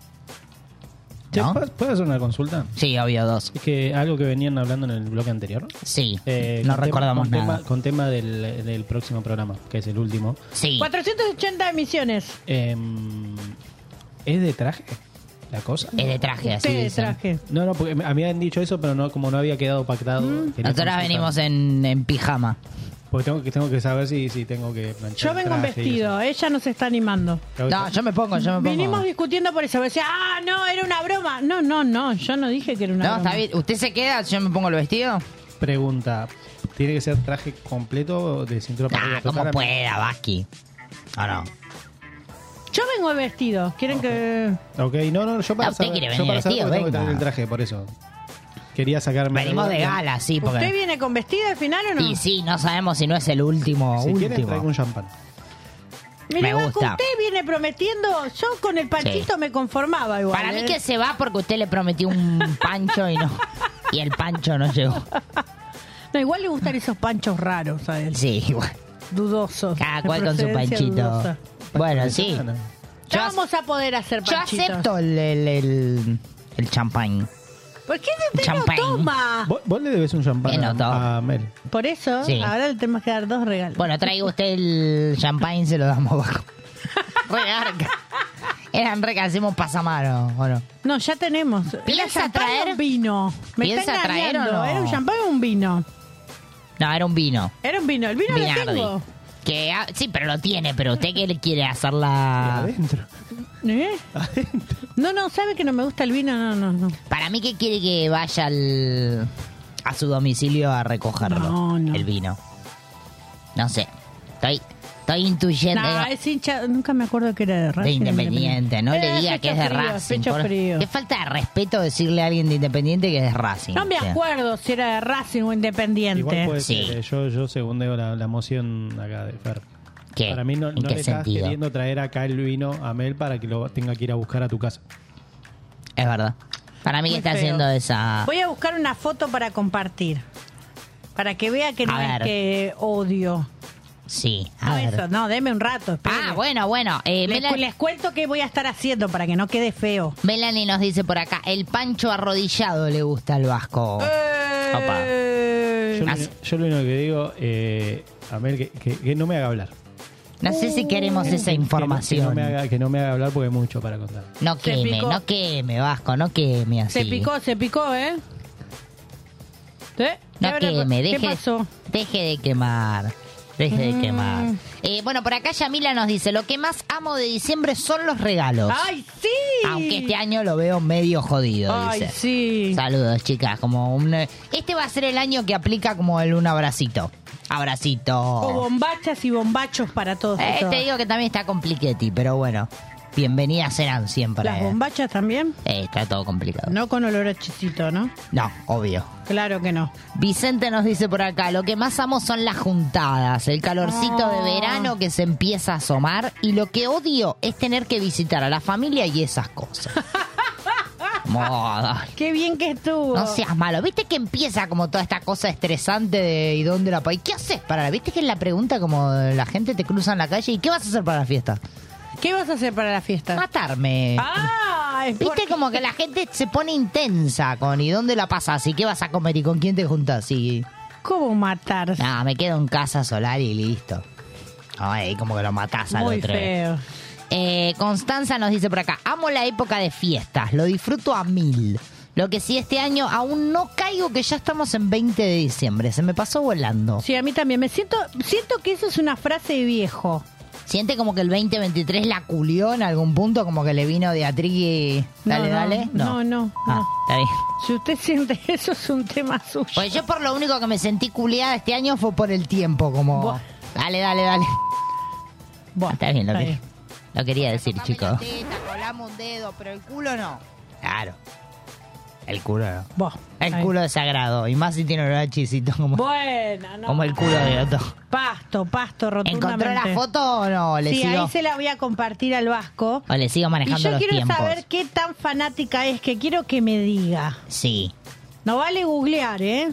Che, ¿puedo- ¿Puedo hacer una consulta?
Sí, obvio, dos.
Es que algo que venían hablando en el bloque anterior.
Sí,
Eh,
no
con tema-
recordamos
con
nada.
tema- con tema del, del próximo programa, que es el último.
Sí.
480 emisiones.
Em, ¿Es de traje la cosa?
Es de traje, así
Sí, de
dicen.
traje.
No, no, porque me- a mí me han dicho eso, pero no como no había quedado pactado.
Mm.
quería
Nosotras
consultar.
venimos en, en pijama.
Porque tengo que, tengo que saber si, si tengo que planchar
Yo
el
vengo en
traje y
vestido, ella nos está animando.
eso.
Vinimos discutiendo por eso. Me decía, ah, no, era una broma. No, no, no, yo no dije que era una
No,
broma.
está bien. ¿Usted se queda? ¿Yo me pongo el vestido?
Pregunta, ¿tiene que ser traje completo de cintura para arriba?
Ah, como
Total,
pueda, Vasqui. ¿O no?
Yo vengo de vestido. ¿Quieren que.?
Ok, no, no, yo para
Ah,
No, usted
saber,
quiere
yo
venir
para saber
vestido,
porque tengo que
venga.
traer el traje, por eso. Quería sacarme...
Venimos de gala, sí,
¿Usted
porque...
viene con vestido al final o no?
Y sí, no sabemos si no es el último.
Si quieren,
último.
traigo un champán.
Mirá,
me
Vasco,
gusta.
usted viene prometiendo. Yo con el panchito me conformaba igual.
Para mí
¿eh?
que se va porque usted le prometió un pancho y no... Y el pancho no llegó.
No, igual le gustan esos panchos raros a él.
Sí, igual.
Dudosos.
Cada
de
cual con su
procedencia
panchito.
dudosa.
Bueno, sí.
Ya vamos a poder hacer
Yo
panchitos.
acepto el, el, el, el champán.
¿Por qué usted
Champagne.
no toma?
¿Vos, vos le debes un champán a, a Mel.
Por eso,
Sí.
ahora le tenemos que dar dos regalos.
Bueno, traiga usted el champán y se lo damos bajo. Re arca. Eran re que hacemos pasamano, ¿o no?
No, ya tenemos.
¿Piensa
Era champán o
traer?
un vino. Me ¿eh?
¿Piensa
está
traer o
engañando.
no?
Era un champán o un vino.
No, era un vino.
Era un vino. El vino
Vinardi.
lo
Que, ah, sí, pero lo tiene, pero usted que le quiere hacerla...
Adentro.
tengo. ¿Eh? No, no, sabe que no me gusta el vino. No, no, no.
Para mí que quiere que vaya al, a su domicilio a recogerlo,
No, no.
el vino. No sé, estoy, estoy intuyendo.
Nah,
digo,
es hincha. Nunca me acuerdo que era de Racing.
de Independiente, no
Era
le
de
diga que es
pecho
de
Eh, frío,
Racing.
pecho
por-
frío.
Qué falta de respeto decirle a alguien de Independiente que es de Racing.
No me
o sea.
acuerdo si era de Racing o
Igual
Independiente.
puede ser, eh, yo, yo segundeo la, la moción acá de Fer.
¿Qué?
Para mí no,
¿En
no
qué
le estás
sentido?
queriendo traer acá el vino a Mel para que lo tenga que ir a buscar a tu casa.
Es verdad. Para mí que
Muy
está
feo.
haciendo esa...
Voy a buscar una foto para compartir. Para que vea que no
A
es
ver.
que odio.
Sí, a
No,
ver.
eso, no, deme un rato.
Ah, bueno, bueno. eh,
les,
Melanie-
les cuento qué voy a estar haciendo para que no quede feo.
Melanie nos dice por acá, el pancho arrodillado le gusta al vasco. Opa.
Eh,
Yo
Ah,
lo, yo lo único que digo, eh, a Mel, que, que- que no me haga hablar.
No sé
uh.
si queremos
Que-
esa
que no- Que no,
información.
me haga, que no me haga hablar porque hay mucho para contar.
No
Se
queme,
picó.
no queme, Vasco, no queme así.
Se picó, se picó, ¿eh? ¿Eh?
No
¿Qué habrá-
queme,
¿Qué
deje,
pasó?
deje de quemar. Deje
Mm.
de quemar. Eh, bueno, por acá Yamila nos dice, lo que más amo de diciembre son los regalos.
¡Ay, sí!
Aunque este año lo veo medio jodido,
Ay,
dice.
sí.
Saludos, chicas. Como un, este va a ser el año que aplica como el un abracito. Abracito.
O bombachas y bombachos para todos. y
Oh. Eh,
todas.
te digo que también está compliquetti, pero bueno. Bienvenidas serán siempre.
¿Las bombachas también?
Eh, está todo complicado.
No con olor a chisito, ¿no?
No, obvio.
Claro que no.
Vicente nos dice por acá, lo que más amo son las juntadas, el calorcito
Ah.
de verano que se empieza a asomar y lo que odio es tener que visitar a la familia y esas cosas. Moda.
Qué bien que estuvo.
No seas malo, viste que empieza como toda esta cosa estresante de ¿y dónde la pa- ¿Y qué haces para la? Viste que es la pregunta como la gente te cruza en la calle ¿y qué vas a hacer para la fiesta?
¿Qué vas a hacer para la fiesta?
Matarme.
Ah, es
Viste como que la gente se pone intensa con ¿y dónde la pasas? ¿Y qué vas a comer? ¿Y con quién te juntas? ¿Y
¿Cómo matar?
Ah, me quedo en casa solar y listo. Ay, como que lo matás al
Muy
otro.
feo.
Eh, Constanza nos dice por acá, amo la época de fiestas, lo disfruto a mil. Lo que sí, este año aún no caigo que ya estamos en 20 de diciembre. Se me pasó volando.
Sí, a mí también. Me siento, siento que eso es una frase de viejo.
¿Siente como que el 2023 la culió en algún punto? Como que le vino de atriqui, dale,
no,
dale.
No, no. no,
Ah, está bien.
Si usted siente eso, es un tema suyo.
Pues yo por lo único que me sentí culiada este año fue por el tiempo, como... Dale, dale, dale. Ah, está bien, lo, que- lo quería decir, chicos. colamos un dedo, pero el culo no. Claro. El culo no. el
ahí.
culo es sagrado. Y más si tiene olor a chisito como,
Bueno, no.
como el culo de otro.
Pasto, pasto, rotundamente.
¿Encontró la foto o no? Le
sí,
sigo-
ahí se la voy a compartir al Vasco.
O le sigo
Y
manejando
yo
los
quiero
tiempos.
saber qué tan fanática es, que quiero que me diga.
Sí.
No vale googlear, ¿eh?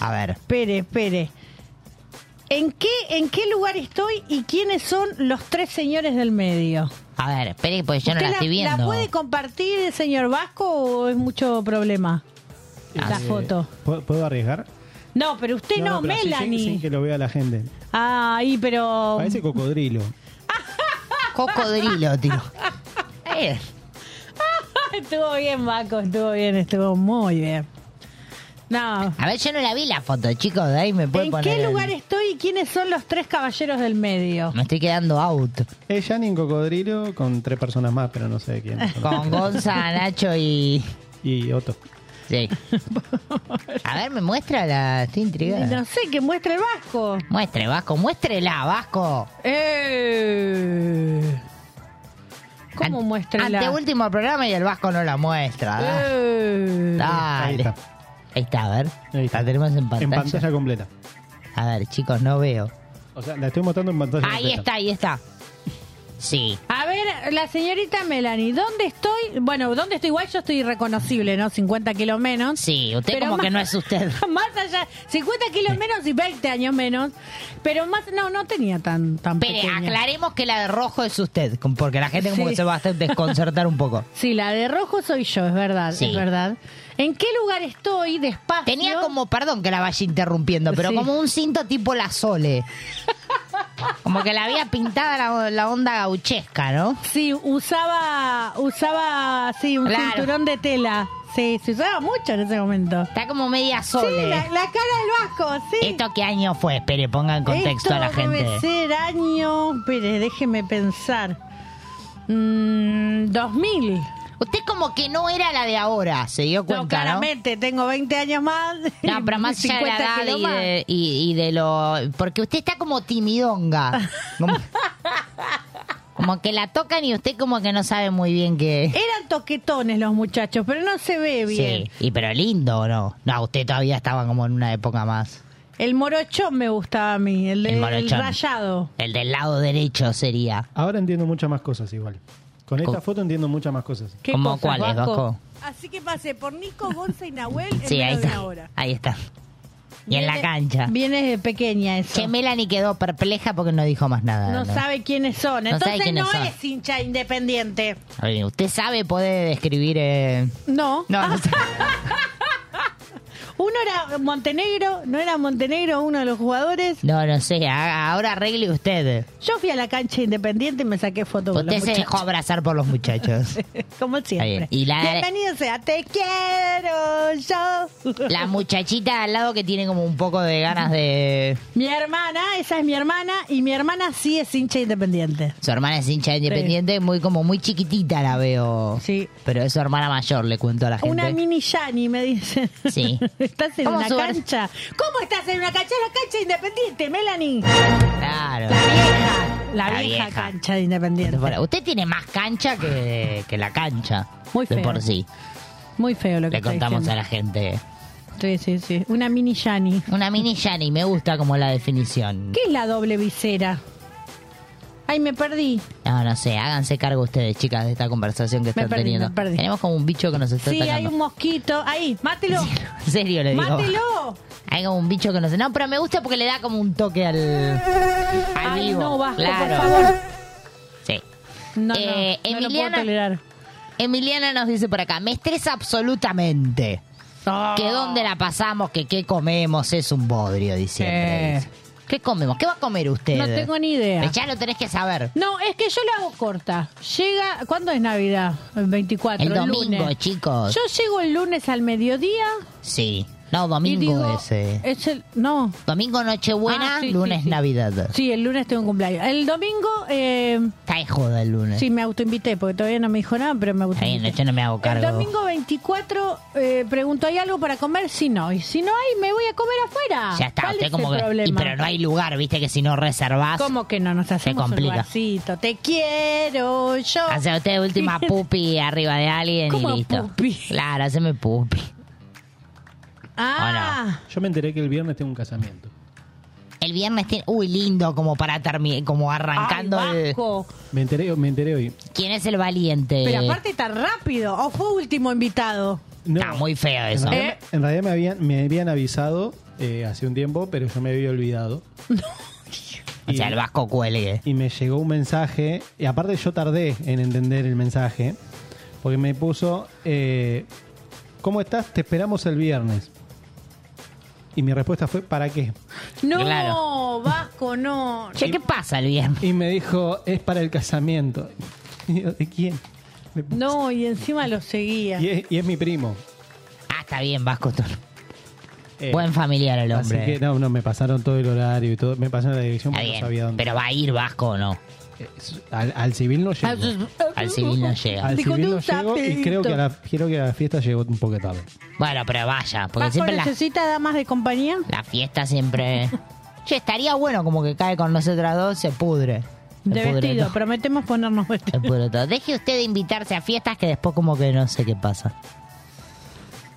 A ver.
Espere, espere. ¿En qué, ¿En qué lugar estoy y quiénes son los tres señores del medio?
A ver, espere, porque Pues yo no
¿Usted
la estoy viendo.
¿La puede compartir, señor Vasco, o es mucho problema? la foto.
Eh, ¿Puedo, puedo arriesgar?
No, pero usted no,
pero así
Melanie.
Sin, sin que lo vea la gente.
Ay, pero...
Parece cocodrilo.
Cocodrilo, tío.
estuvo bien, Vasco, estuvo bien, estuvo muy bien. No.
A ver, yo no la vi la foto, chicos, de ahí me puede
¿En
poner.
qué
Pues el-
lugar estoy y quiénes son los tres caballeros del medio?
Me estoy quedando out.
Es Janin Cocodrilo con tres personas más, pero no sé de quién. son.
Con Gonza, Nacho y.
Y Otto.
Sí. A ver, me muestra la. Estoy intrigada.
No sé, que muestre el Vasco.
Muestre, Vasco, muéstrela, Vasco.
Eh. ¿Cómo muestra
Ante último programa y el Vasco no la muestra. da-
Eh.
Eh. Dale.
Ahí está.
Ahí está, a ver. La tenemos en pantalla.
En pantalla completa.
A ver, chicos, no veo.
O sea, la estoy mostrando en pantalla
Ahí
completa.
está, ahí está. Sí.
A ver, la señorita Melanie, ¿dónde estoy? Bueno, ¿dónde estoy? Igual yo estoy irreconocible, ¿no? 50 kilos menos.
Sí, usted como que no es usted.
Más allá, 50 kilos menos y 20 años menos. Pero más, no, no tenía tan, tan
Espere,
pequeña.
aclaremos que la de rojo es usted, com- porque la gente como
Sí.
que se va a hacer desconcertar un poco.
Sí, la de rojo soy yo, es verdad,
Sí.
es verdad. ¿En qué lugar estoy despacio?
Tenía como, perdón que la vaya interrumpiendo, pero
Sí.
como un cinto tipo la Sole. Como que la había pintada la, la onda gauchesca, ¿no?
Sí, usaba, usaba, sí, un
Claro.
cinturón de tela. Sí, se usaba mucho en ese momento.
Está como media Sole.
Sí, la, la cara del vasco, sí.
¿Esto qué año fue? Espere, ponga en contexto
Esto
a la gente.
Debe ser año. Espere, déjeme pensar. Mm, 2000.
Usted como que no era la de ahora, se dio cuenta,
no,
¿no?
claramente, tengo 20 años más.
No, pero más allá de la
50
edad
kilos
y
más.
de, y- y de lo... Porque usted está como timidonga. Como, como que la tocan y usted como que no sabe muy bien qué...
Eran toquetones los muchachos, pero no se ve bien.
Sí, y pero lindo, ¿o ¿no? No, usted todavía estaba como en una época más.
El morochón me gustaba a mí, el, de-
El
el
morochón.
rayado.
El del lado derecho sería.
Ahora entiendo muchas más cosas igual. Con esta
Co-
foto entiendo muchas más cosas.
¿Qué ¿Cómo cosas, cuáles, Vasco? Vasco?
Así que pasé por Nico, Gonza y Nahuel en
Sí, ahí
menos de
está.
una hora.
Ahí está. Y en la cancha.
Viene de pequeña eso.
Que Melanie quedó perpleja porque no dijo más nada.
No
¿no?
sabe quiénes son.
No sabe
Entonces
quiénes
no
son.
es hincha independiente.
Ay, Usted sabe, puede describir... eh,
No.
No, no sé.
Uno era Montenegro, no era Montenegro uno de los jugadores.
No, no sé. haga- Ahora arregle usted.
Yo fui a la cancha independiente y me saqué fotos con los
Usted se dejó
muchachos.
abrazar por los muchachos.
Como siempre.
bien. Y la-
Bienvenido sea, te quiero yo.
La muchachita al lado que tiene como un poco de ganas de...
Mi hermana, esa es mi hermana, y mi hermana sí es hincha independiente.
Su hermana es hincha independiente, muy como muy chiquitita la veo.
Sí.
Pero es su hermana mayor, le cuento a la gente.
Una mini Yani, me dicen.
Sí.
¿Estás en
¿Cómo
una
su-
cancha? ¿Cómo estás en una cancha? Es la cancha independiente, Melanie.
Claro.
La,
La
vieja,
vieja.
cancha de independiente.
Bueno, Usted tiene más cancha que, que la cancha.
Muy
De
feo.
por sí.
Muy feo lo que
Le
está
contamos
diciendo.
a la gente.
Sí, sí, sí. Una mini Yani.
Una mini Yani, me gusta como la definición.
¿Qué es la doble visera? Ay, me perdí.
Ah, No, no sé, háganse cargo ustedes, chicas, de esta conversación que
Me
están
perdí,
teniendo.
me perdí.
Tenemos como un bicho que nos está
Sí, hay
atacando.
un mosquito. Ahí, mátelo.
En serio, le digo.
¡Mátelo!
Hay como un bicho que no sé. No, pero me gusta porque le da como un toque al. al
Ay,
vivo.
no, Vasco,
Claro.
por favor.
Sí.
No, no,
Eh,
no lo puedo
Emiliana-
tolerar.
Emiliana nos dice por acá: me estresa absolutamente.
Ah.
Que dónde la pasamos, que qué comemos, es un bodrio, diciembre.
Eh,
dice. ¿Qué comemos? ¿Qué va a comer usted?
No tengo ni idea.
Ya lo tenés que saber.
No, es que yo lo hago corta. Llega, ¿cuándo es Navidad? El 24,
El domingo,
lunes.
chicos.
Yo llego el lunes al mediodía.
Sí. No,
y
domingo
digo,
ese.
Es el, no.
Domingo Nochebuena,
Ah, sí, sí,
lunes
sí.
Navidad.
Sí, el lunes tengo un cumpleaños. El domingo... Eh,
Está de joda el lunes.
sí, me autoinvité, porque todavía no me dijo nada, pero me
Está bien,
autoinvité.
yo no me hago
El
cargo.
domingo 24 eh, pregunto, ¿hay algo para comer? Si no. Y si no hay, me voy a comer afuera.
ya está,
¿Cuál
usted
es
como
el
que. y
problema?
pero no hay lugar, viste, que si no reservás.
¿Cómo que no nos hacemos un
complica.
lugarcito? Te quiero yo.
O sea, usted última pupi arriba de alguien
¿Cómo
y listo. Claro, haceme pupi.
Ah.
Yo me enteré que el viernes tengo un casamiento.
El viernes tiene. Uy, lindo, como para terminar. Como arrancando el.
Me enteré, me enteré hoy.
¿Quién es el valiente?
Pero aparte está rápido. ¿O fue último invitado?
Está muy feo
En
eso.
realidad, en realidad me habían, me habían avisado eh, hace un tiempo, pero yo me había olvidado.
O sea, el Vasco cuelgue.
Y me llegó un mensaje, y aparte yo tardé en entender el mensaje, porque me puso, eh, ¿cómo estás? Te esperamos el viernes. Y mi respuesta fue, ¿para qué?
No,
Claro.
Vasco, no.
¿qué pasa el viernes?
Y me dijo, es para el casamiento. Y yo, ¿de quién?
No, y encima lo seguía.
Y es, y es mi primo.
Ah, está bien, Vasco. tú-
Eh,
Buen familiar el
Así
hombre.
que no, no, me pasaron todo el horario y todo, me pasaron la dirección
Está
porque no
bien,
sabía dónde. Eh,
Pero va a ir Vasco o no.
Al, al civil no llego.
Al civil no llega.
Al civil no llego y creo que, a la, creo que a la fiesta llegó un poco tarde.
Bueno, pero vaya, porque
¿Vasco
siempre la,
necesita damas de compañía?
la fiesta siempre. Che, estaría bueno como que cae con nosotras dos, se pudre. Se
De
pudre
vestido,
todo.
prometemos ponernos vestidos.
Se pudre todo. Deje usted de invitarse a fiestas que después como que no sé qué pasa.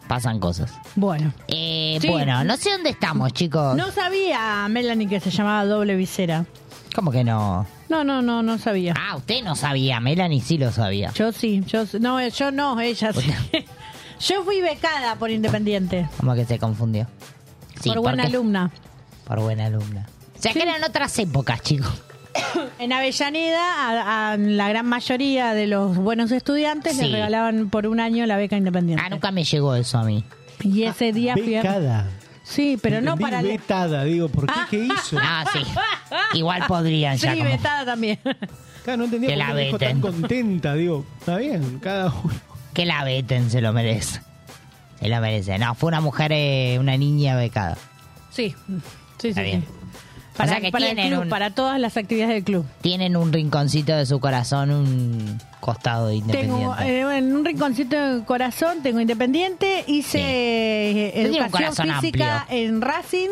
Pasan cosas.
Bueno.
Eh,
Sí.
Bueno, no sé dónde estamos, chicos.
No sabía, Melanie, que se llamaba doble visera.
¿Cómo que no?
No, no, no, no sabía.
Ah, usted no sabía, Melanie sí lo sabía.
Yo sí, yo sí. no, yo no, ella sí. Yo fui becada por Independiente,
Como que se confundió. Sí,
por buena
porque-
alumna.
Por buena alumna. O sea, que eran otras épocas, chicos.
En Avellaneda, a, a la gran mayoría de los buenos estudiantes les
Sí.
regalaban por un año la beca Independiente.
Ah, nunca me llegó eso a mí.
Y ese día fui a-
Becada.
Sí, pero no
Entendí
para...
Vetada, digo, ¿por qué? ¿Qué hizo?
Ah, sí. Igual podrían ya
Sí,
como-
vetada también.
Claro, no entendía
Que la
por qué me dijo
veten.
tan contenta. Digo, está bien, cada uno.
Que la veten, se lo merece. Se lo merece. No, fue una mujer, eh, una niña becada.
Sí, sí, sí.
Está bien.
sí. Para,
O sea que
para el
tienen
club,
un-
para todas las actividades del club.
Tienen un rinconcito de su corazón, un costado independiente.
Tengo eh, en un rinconcito de corazón, tengo Independiente, hice eh,
Yo tenía un
educación
corazón
física en Racing.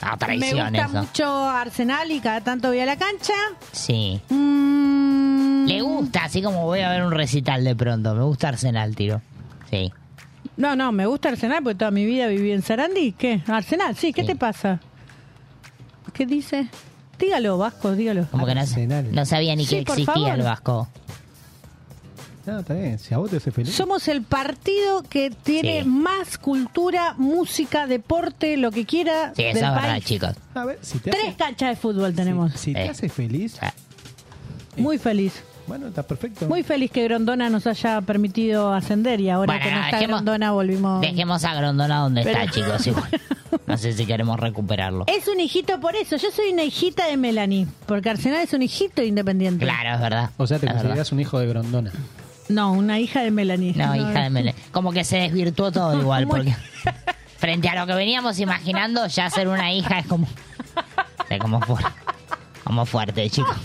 Ah,
Me
traición
gusta
eso.
mucho Arsenal y cada tanto voy a la cancha. Mm.
Sí. Le gusta, así como voy a ver un recital de pronto. Me gusta Arsenal, tiro. Sí.
No, no, me gusta Arsenal porque toda mi vida viví en Sarandí. ¿Qué? Arsenal, sí, ¿qué te pasa? ¿Qué dice? Dígalo, Vasco, dígalo.
Como que no, no sabía ni
Sí,
que
por
existía
favor.
el Vasco.
No, está bien, si a vos te hace feliz.
Somos el partido que tiene
Sí.
más cultura, música, deporte, lo que quiera.
Sí, eso
del
es verdad,
país.
chicos. Eh.
A ver, si te
Tres canchas de fútbol tenemos.
Si te hace feliz,
Ah.
Muy feliz.
bueno, está perfecto.
Muy feliz que Grondona nos haya permitido ascender y ahora
Bueno,
que no
no,
está
dejemos-
Grondona volvimos.
Dejemos a Grondona donde está,
Pero-
chicos. igual. No sé si queremos recuperarlo.
Es un hijito por eso. Yo soy una hijita de Melanie. Porque Arsenal es un hijito de independiente.
Claro, es verdad.
O sea, te
Es
considerás un hijo de Grondona.
No, una hija de Melanie.
No, hija de Mele. Como que se desvirtuó todo igual, porque frente a lo que veníamos imaginando, ya ser una hija es como. Es como fuerte. Como fuerte, chicos.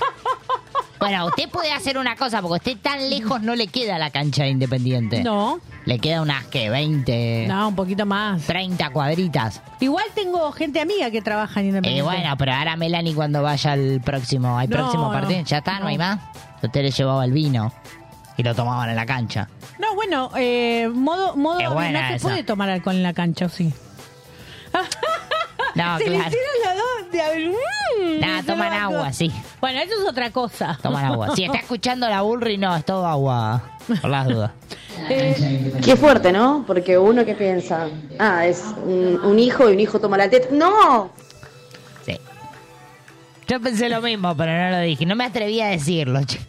Bueno, usted puede hacer una cosa, porque usted tan lejos no le queda la cancha de Independiente.
No.
Le queda unas que 20.
No, un poquito más.
30 Eh. cuadritas.
Igual tengo gente amiga que trabaja en
Y
independiente.
Eh, bueno, pero ahora Melanie cuando vaya al próximo, al
No,
próximo partido,
no,
ya está, no, hay
no.
más. Usted le llevaba el vino y lo tomaban en la cancha.
No, bueno, eh, modo, modo
Es buena
no se
esa.
puede tomar alcohol en la cancha, ¿o sí?
No,
se le
claro.
hicieron las dos. de- Mm,
Nah,
se
toman
lo banco.
agua, sí.
Bueno, eso es otra cosa.
Toman agua. Si está escuchando la Bullry, no, es todo agua. Por las dudas.
Eh,
Qué fuerte, ¿no? Porque uno que piensa, ah, es un, un hijo y un hijo toma la teta. ¡No!
Yo pensé lo mismo, pero no lo dije. No me atreví a decirlo, che.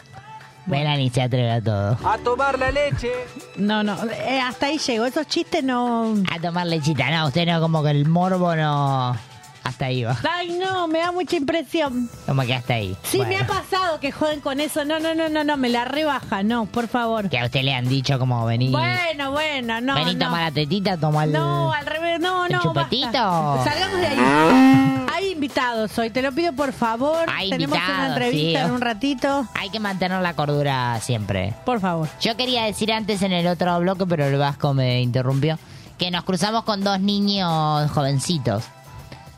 Melanie se atreve a todo.
A tomar la leche. No, no, eh, hasta ahí llego. Esos chistes no.
A tomar lechita. No, usted no, como que el morbo no. Hasta ahí va.
Ay, no, me da mucha impresión.
Como que hasta ahí.
Sí, me ha pasado que joden con eso. No, no, no, no, no, me la rebaja. No, por favor.
Que a usted le han dicho como vení.
Bueno, bueno, no.
vení,
no.
toma la tetita, toma el.
No, al revés, no,
¿El
no.
chupetito?
basta. Salgamos de ahí. Hay invitados hoy, te lo pido por favor.
Hay
Tenemos una
invitados,
entrevista
sí.
en un ratito.
Hay que mantener la cordura siempre.
Por favor.
Yo quería decir antes en el otro bloque, pero el Vasco me interrumpió, que nos cruzamos con dos niños jovencitos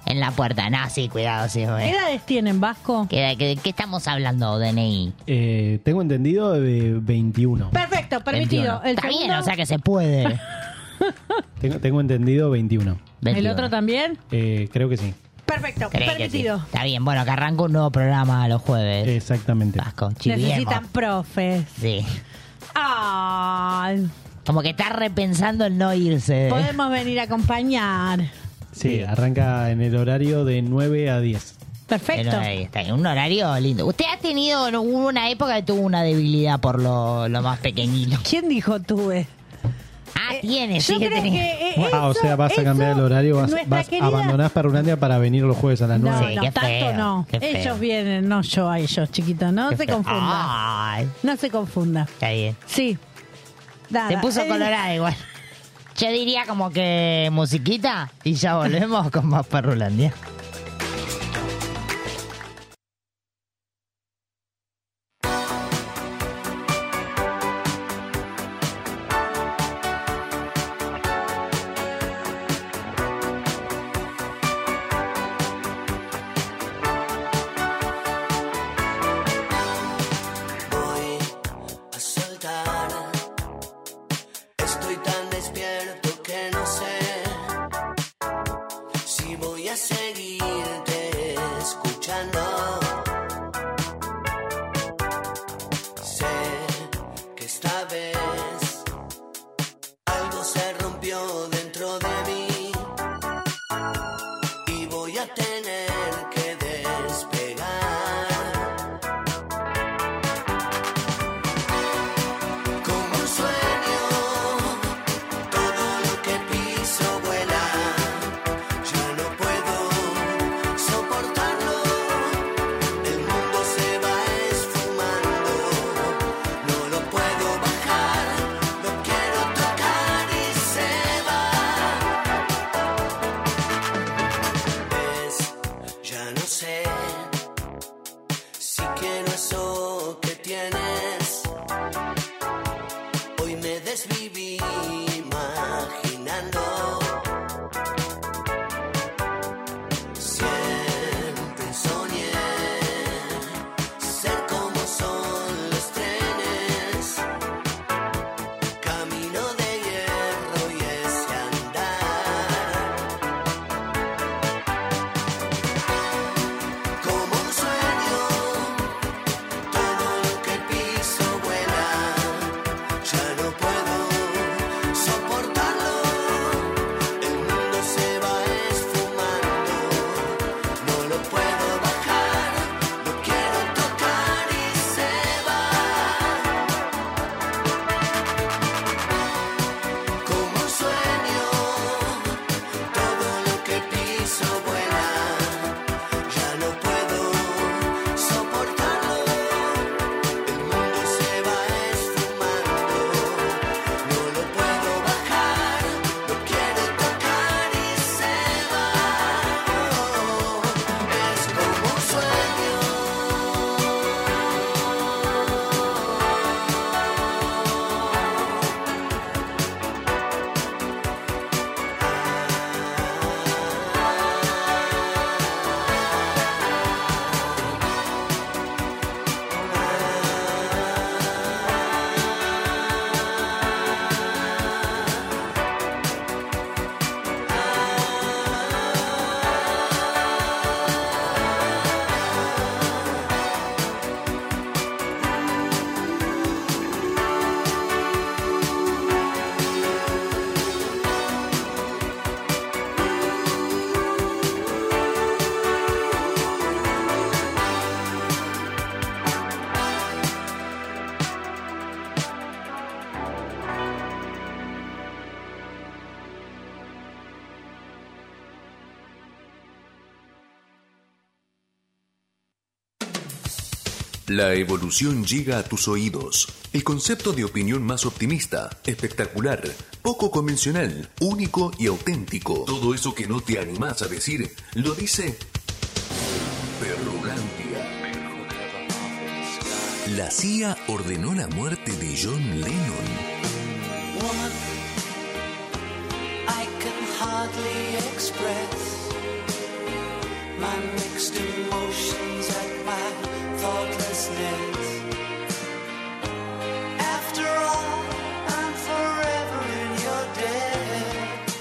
en la puerta. No, sí, cuidado, sí.
¿Qué
güey.
edades tienen, Vasco?
¿Qué, edad- qué- qué estamos hablando, DNI?
Eh, tengo entendido de 21.
Perfecto, permitido.
21.
El
Está bien,
segundo,
o sea que se puede.
Tengo, tengo entendido 21.
el otro también.
Eh, creo que sí.
Perfecto,
Creo que
permitido.
sí. Está bien, bueno, que arranca un nuevo programa los jueves.
Exactamente.
Vasco, chiviemos.
Necesitan profes.
Sí.
Ay,
Como que está repensando el no irse. ¿eh?
podemos venir a acompañar.
Sí, Eh, arranca en el horario de 9 a 10.
Perfecto.
Ahí está, un horario lindo. Usted ha tenido no, hubo una época que tuvo una debilidad por lo, lo más pequeñito.
¿Quién dijo tuve?
Ah, tiene, sí
Eh, yo
que
creo
tenía.
que eh,
ah, o
eso-
sea, vas a cambiar el horario, vas,
nuestra
vas
querida-
abandonás Perrulandia para venir los jueves a las 9.
No, no, tanto no. Ellos vienen, no yo a ellos, chiquito. No
Qué
se
feo.
confunda.
Ay,
No se confunda.
está bien.
Sí. Nada,
Se puso
eh,
colorada igual. Yo diría como que musiquita y ya volvemos con más Perrulandia.
Voy a soltar. Estoy tan despierto que no sé si voy a seguirte escuchando. Sé que esta vez algo se rompió dentro de mí y voy a tener que despegar. Como un sueño, todo lo que piso vuela. Ya no puedo soportarlo. El mundo se va esfumando. No lo puedo bajar, lo quiero tocar y se va. Ves, Pues, ya no sé si quiero eso que tienes. Hoy me desviví imaginando. Siempre soñé ser como son los trenes. Camino de hierro y ese andar. Como un sueño, todo lo que piso vuela. Ya no puedo
La evolución llega a tus oídos. El concepto de opinión más optimista, espectacular, poco convencional, único y auténtico. Todo eso que no te animás a decir, lo dice Perrulandia. La CIA ordenó la muerte de John Lennon.
Woman, I can hardly express my mixed emotions at my thoughtlessness. After all, I'm forever in your debt.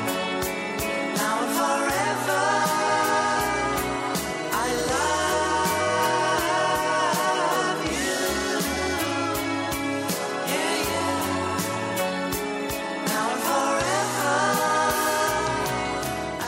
Now and forever, I love you. Yeah, yeah. Now and forever.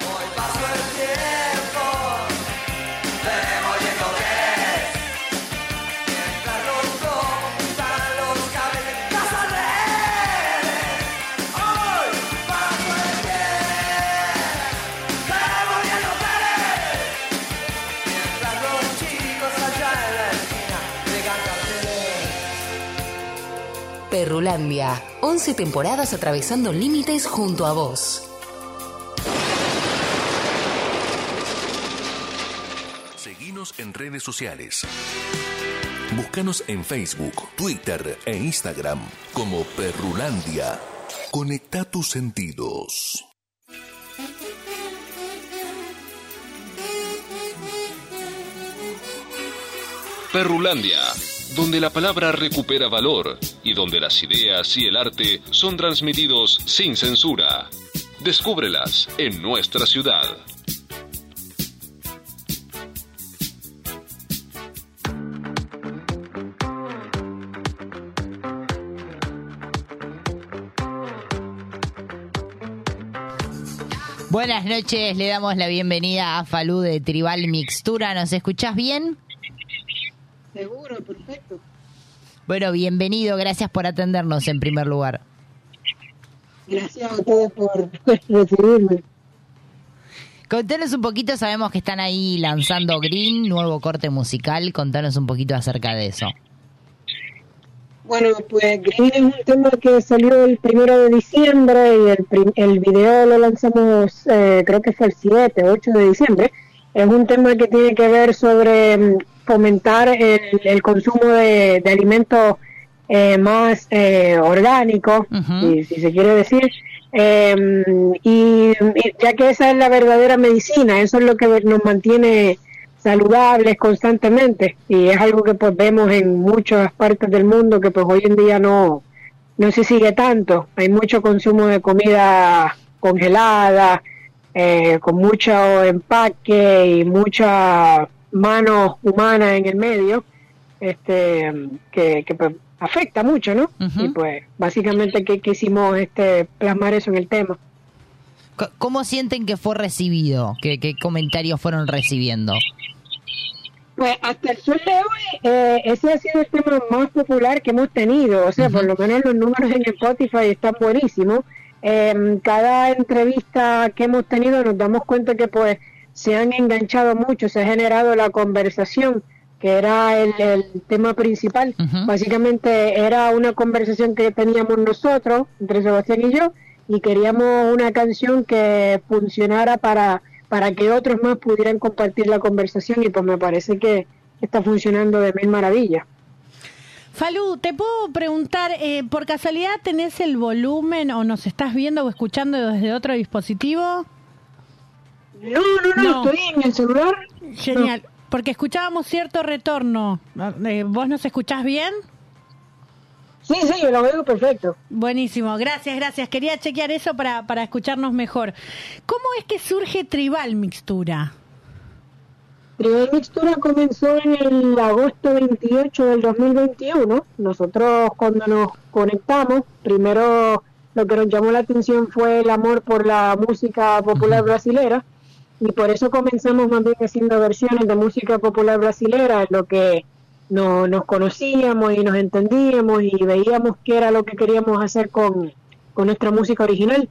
Hoy pasó el tiempo, veremos y esto qué es. Mientras los compran los cables, casa rehenes. Hoy pasó el tiempo, veremos y esto qué es. Mientras los chicos allá en la esquina llegan carteles.
Perrulandia, 11 temporadas atravesando límites junto a vos.
Seguinos en redes sociales. Búscanos en Facebook, Twitter e Instagram como Perrulandia. Conecta tus sentidos.
Perrulandia, donde la palabra recupera valor y donde las ideas y el arte son transmitidos sin censura. Descúbrelas en nuestra ciudad.
Buenas noches, le damos la bienvenida a Falú de Tribal Mixtura. ¿Nos escuchás bien?
Seguro, perfecto.
Bueno, bienvenido, gracias por atendernos en primer lugar.
Gracias a ustedes por recibirme.
Contanos un poquito, sabemos que están ahí lanzando Green, nuevo corte musical, contanos un poquito acerca de eso.
Bueno, pues Green es un tema que salió el primero de diciembre y el, prim- el video lo lanzamos, eh, creo que fue el 7, 8 de diciembre. Es un tema que tiene que ver sobre mm, fomentar el, el consumo de, de alimentos eh, más eh, orgánicos, si, si se quiere decir. Eh, y, y ya que esa es la verdadera medicina, eso es lo que nos mantiene saludables constantemente y es algo que pues vemos en muchas partes del mundo que pues hoy en día no no se sigue tanto hay mucho consumo de comida congelada eh, con mucho empaque y mucha mano humana en el medio este que, que, pues, afecta mucho no y pues básicamente que quisimos este plasmar eso en el tema
Co- ¿Cómo sienten que fue recibido? ¿Qué, qué comentarios fueron recibiendo?
Pues hasta el sol de hoy, eh, ese ha sido el tema más popular que hemos tenido. O sea, por lo menos los números en Spotify están buenísimos. Eh, cada entrevista que hemos tenido nos damos cuenta que pues se han enganchado mucho, se ha generado la conversación, que era el, el tema principal. Básicamente era una conversación que teníamos nosotros, entre Sebastián y yo, y queríamos una canción que funcionara para, para que otros más pudieran compartir la conversación y pues me parece que está funcionando de mil maravillas.
Falú, ¿te puedo preguntar, eh, por casualidad tenés el volumen o nos estás viendo o escuchando desde otro dispositivo?
No, no, no, estoy en el celular.
Genial, porque escuchábamos cierto retorno. Eh, ¿Vos nos escuchás bien?
Sí, sí, yo lo veo perfecto.
Buenísimo, gracias, gracias. Quería chequear eso para, para escucharnos mejor. ¿Cómo es que surge Tribal Mixtura?
Tribal Mixtura comenzó en el agosto 28 del 2021. Nosotros cuando nos conectamos, primero lo que nos llamó la atención fue el amor por la música popular brasilera y por eso comenzamos más bien haciendo versiones de música popular brasilera, en lo que no, nos conocíamos y nos entendíamos y veíamos qué era lo que queríamos hacer con, con nuestra música original.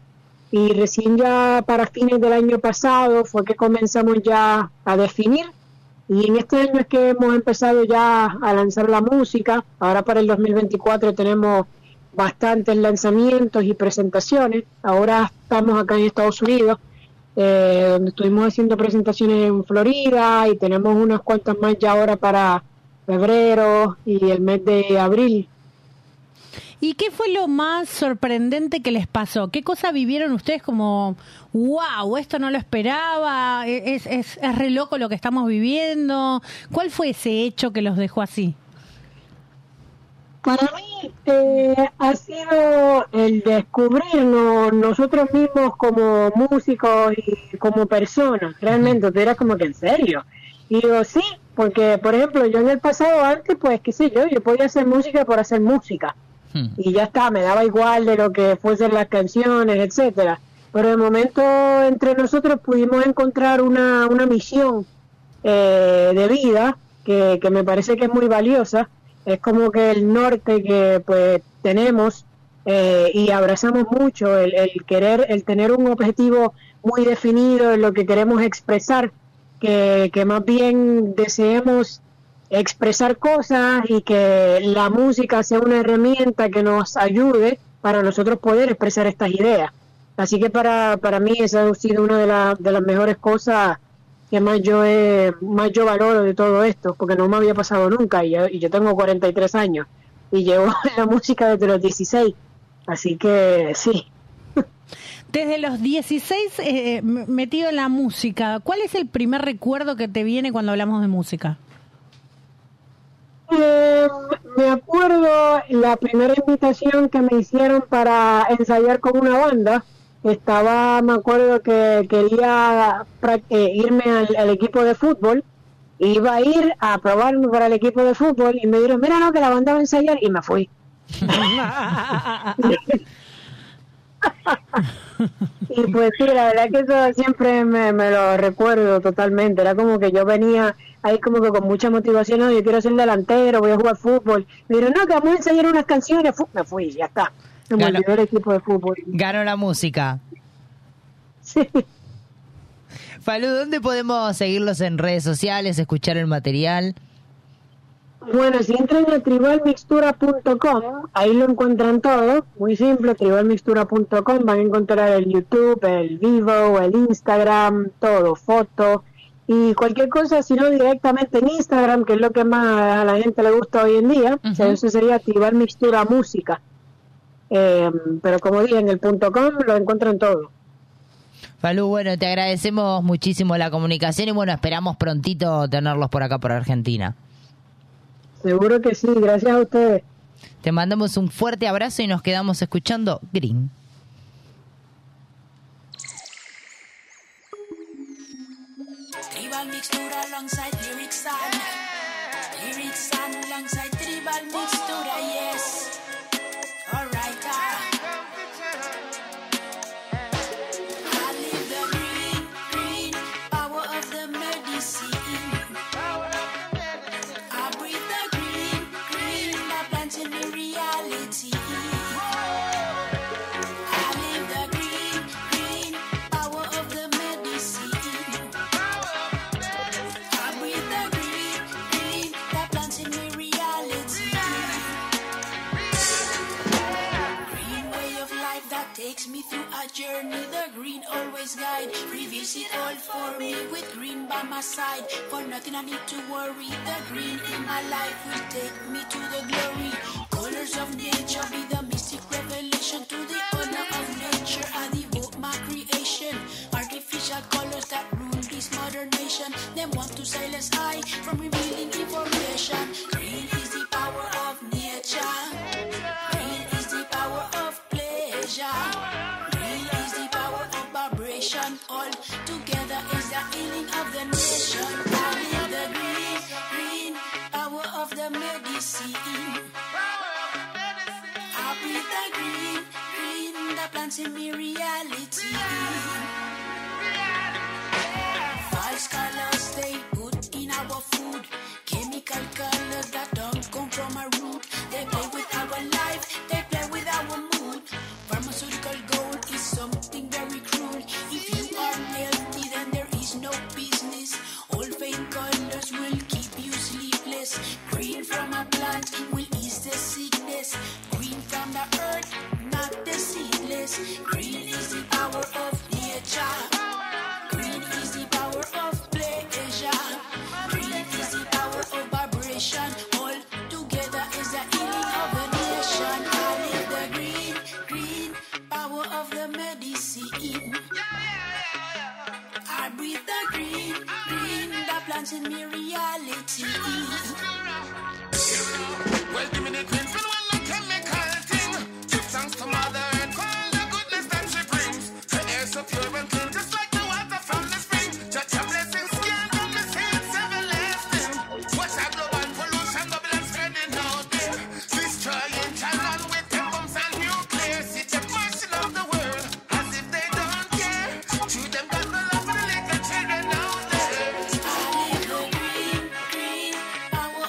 Y recién ya para fines del año pasado fue que comenzamos ya a definir y en este año es que hemos empezado ya a lanzar la música. Ahora para el 2024 tenemos bastantes lanzamientos y presentaciones. Ahora estamos acá en Estados Unidos, eh, donde estuvimos haciendo presentaciones en Florida y tenemos unas cuantas más ya ahora para febrero y el mes de abril.
¿Y qué fue lo más sorprendente que les pasó? ¿Qué cosa vivieron ustedes como, wow, esto no lo esperaba, e-, es, es, es re loco lo que estamos viviendo? ¿Cuál fue ese hecho que los dejó así?
Para mí eh, ha sido el descubrirnos nosotros mismos como músicos y como personas, realmente, tú eras como que en serio. Y digo, sí, porque por ejemplo yo en el pasado antes, pues qué sé yo, yo podía hacer música por hacer música.
Mm.
Y ya está, me daba igual de lo que fuesen las canciones, etcétera. Pero de momento entre nosotros pudimos encontrar una, una misión eh, de vida que, que me parece que es muy valiosa. Es como que el norte que pues tenemos eh, y abrazamos mucho el, el querer, el tener un objetivo muy definido en lo que queremos expresar que, que más bien deseemos expresar cosas y que la música sea una herramienta que nos ayude para nosotros poder expresar estas ideas. Así que para, para mí esa ha sido una de, la- de las mejores cosas que más yo, he- más yo valoro de todo esto, porque no me había pasado nunca y yo, y yo tengo 43 años y llevo en la música desde los 16. Así que sí,
Desde los 16 eh, m- metido en la música, ¿cuál es el primer recuerdo que te viene cuando hablamos de música?
Eh, me acuerdo la primera invitación que me hicieron para ensayar con una banda. Estaba, me acuerdo que quería pra- eh, irme al, al equipo de fútbol. Iba a ir a probarme para el equipo de fútbol y me dijeron, mira, no, que la banda va a ensayar y me fui. Y pues sí, la verdad que eso siempre me, me lo recuerdo totalmente. Era como que yo venía ahí como que con mucha motivación, "No, yo quiero ser delantero, voy a jugar fútbol. Me dijeron, no, que vamos a enseñar unas canciones. Fu- Me fui, ya está. Me
Ganó.
olvidé el equipo de fútbol.
Ganó la música.
Sí.
Falú, ¿dónde podemos seguirlos en redes sociales, escuchar el material?
Bueno, si entran a tribalmixtura.com, ahí lo encuentran todo, muy simple, tribalmixtura.com, van a encontrar el YouTube, el Vivo, el Instagram, todo, fotos y cualquier cosa, si no directamente en Instagram, que es lo que más a la gente le gusta hoy en día, o sea, eso sería Tribal Mixtura Música. Eh, pero como dije, en el punto .com lo encuentran todo.
Falú, bueno, te agradecemos muchísimo la comunicación y bueno, esperamos prontito tenerlos por acá, por Argentina.
Seguro que sí, gracias a ustedes.
Te mandamos un fuerte abrazo y nos quedamos escuchando Green.
Tribal mixtura alongside lyric sound. Lyric sound alongside tribal mixtura, yes. Alright, ah. I live the green, green power of the medicine. I breathe the green, green, that plants in the reality. I live the green, green power of the medicine. I'm with the green, green, that plants in me reality.
Reveals it all for me with green by my side. For nothing I need to worry. The green in my life will take me to the glory. Colors of nature be the mystic revelation to the honor of nature. I devote my creation. Artificial colors that ruin this modern nation. Them want to silence I from revealing information. Green is the power of nature. Green is the power of pleasure. Green is the power of vibration. All together is the healing of the nation. I need the green, green power of the medicine. I breathe the green, green that plants in me reality. False colors they put in our food. Chemical colors that don't come from our root. They play with our life, they play with our mood. Pharmaceutical gold is something very cruel. If you are healthy, then there is no business. All fake colors will keep you sleepless. Green from a plant will ease the sickness. Green from the earth, not the seedless. Green is the power of nature. Green is the power of pleasure. Green is the power of vibration. All together is the healing of the nation. I need the green, green power of the medicine. I breathe the green, green that plants in me reality.
Well, give me the green for one like chemical thing. Give thanks to Mother Earth for all the goodness that she brings. Her air so pure and clean, just like the water from the spring. Judge your blessings, can from the seeds everlasting. Watch our global pollution double and spreading out there. Destroying China with their bombs and nuclear. See the mercy of the world as if they don't care. Treat them got the love of the little children out there.
Power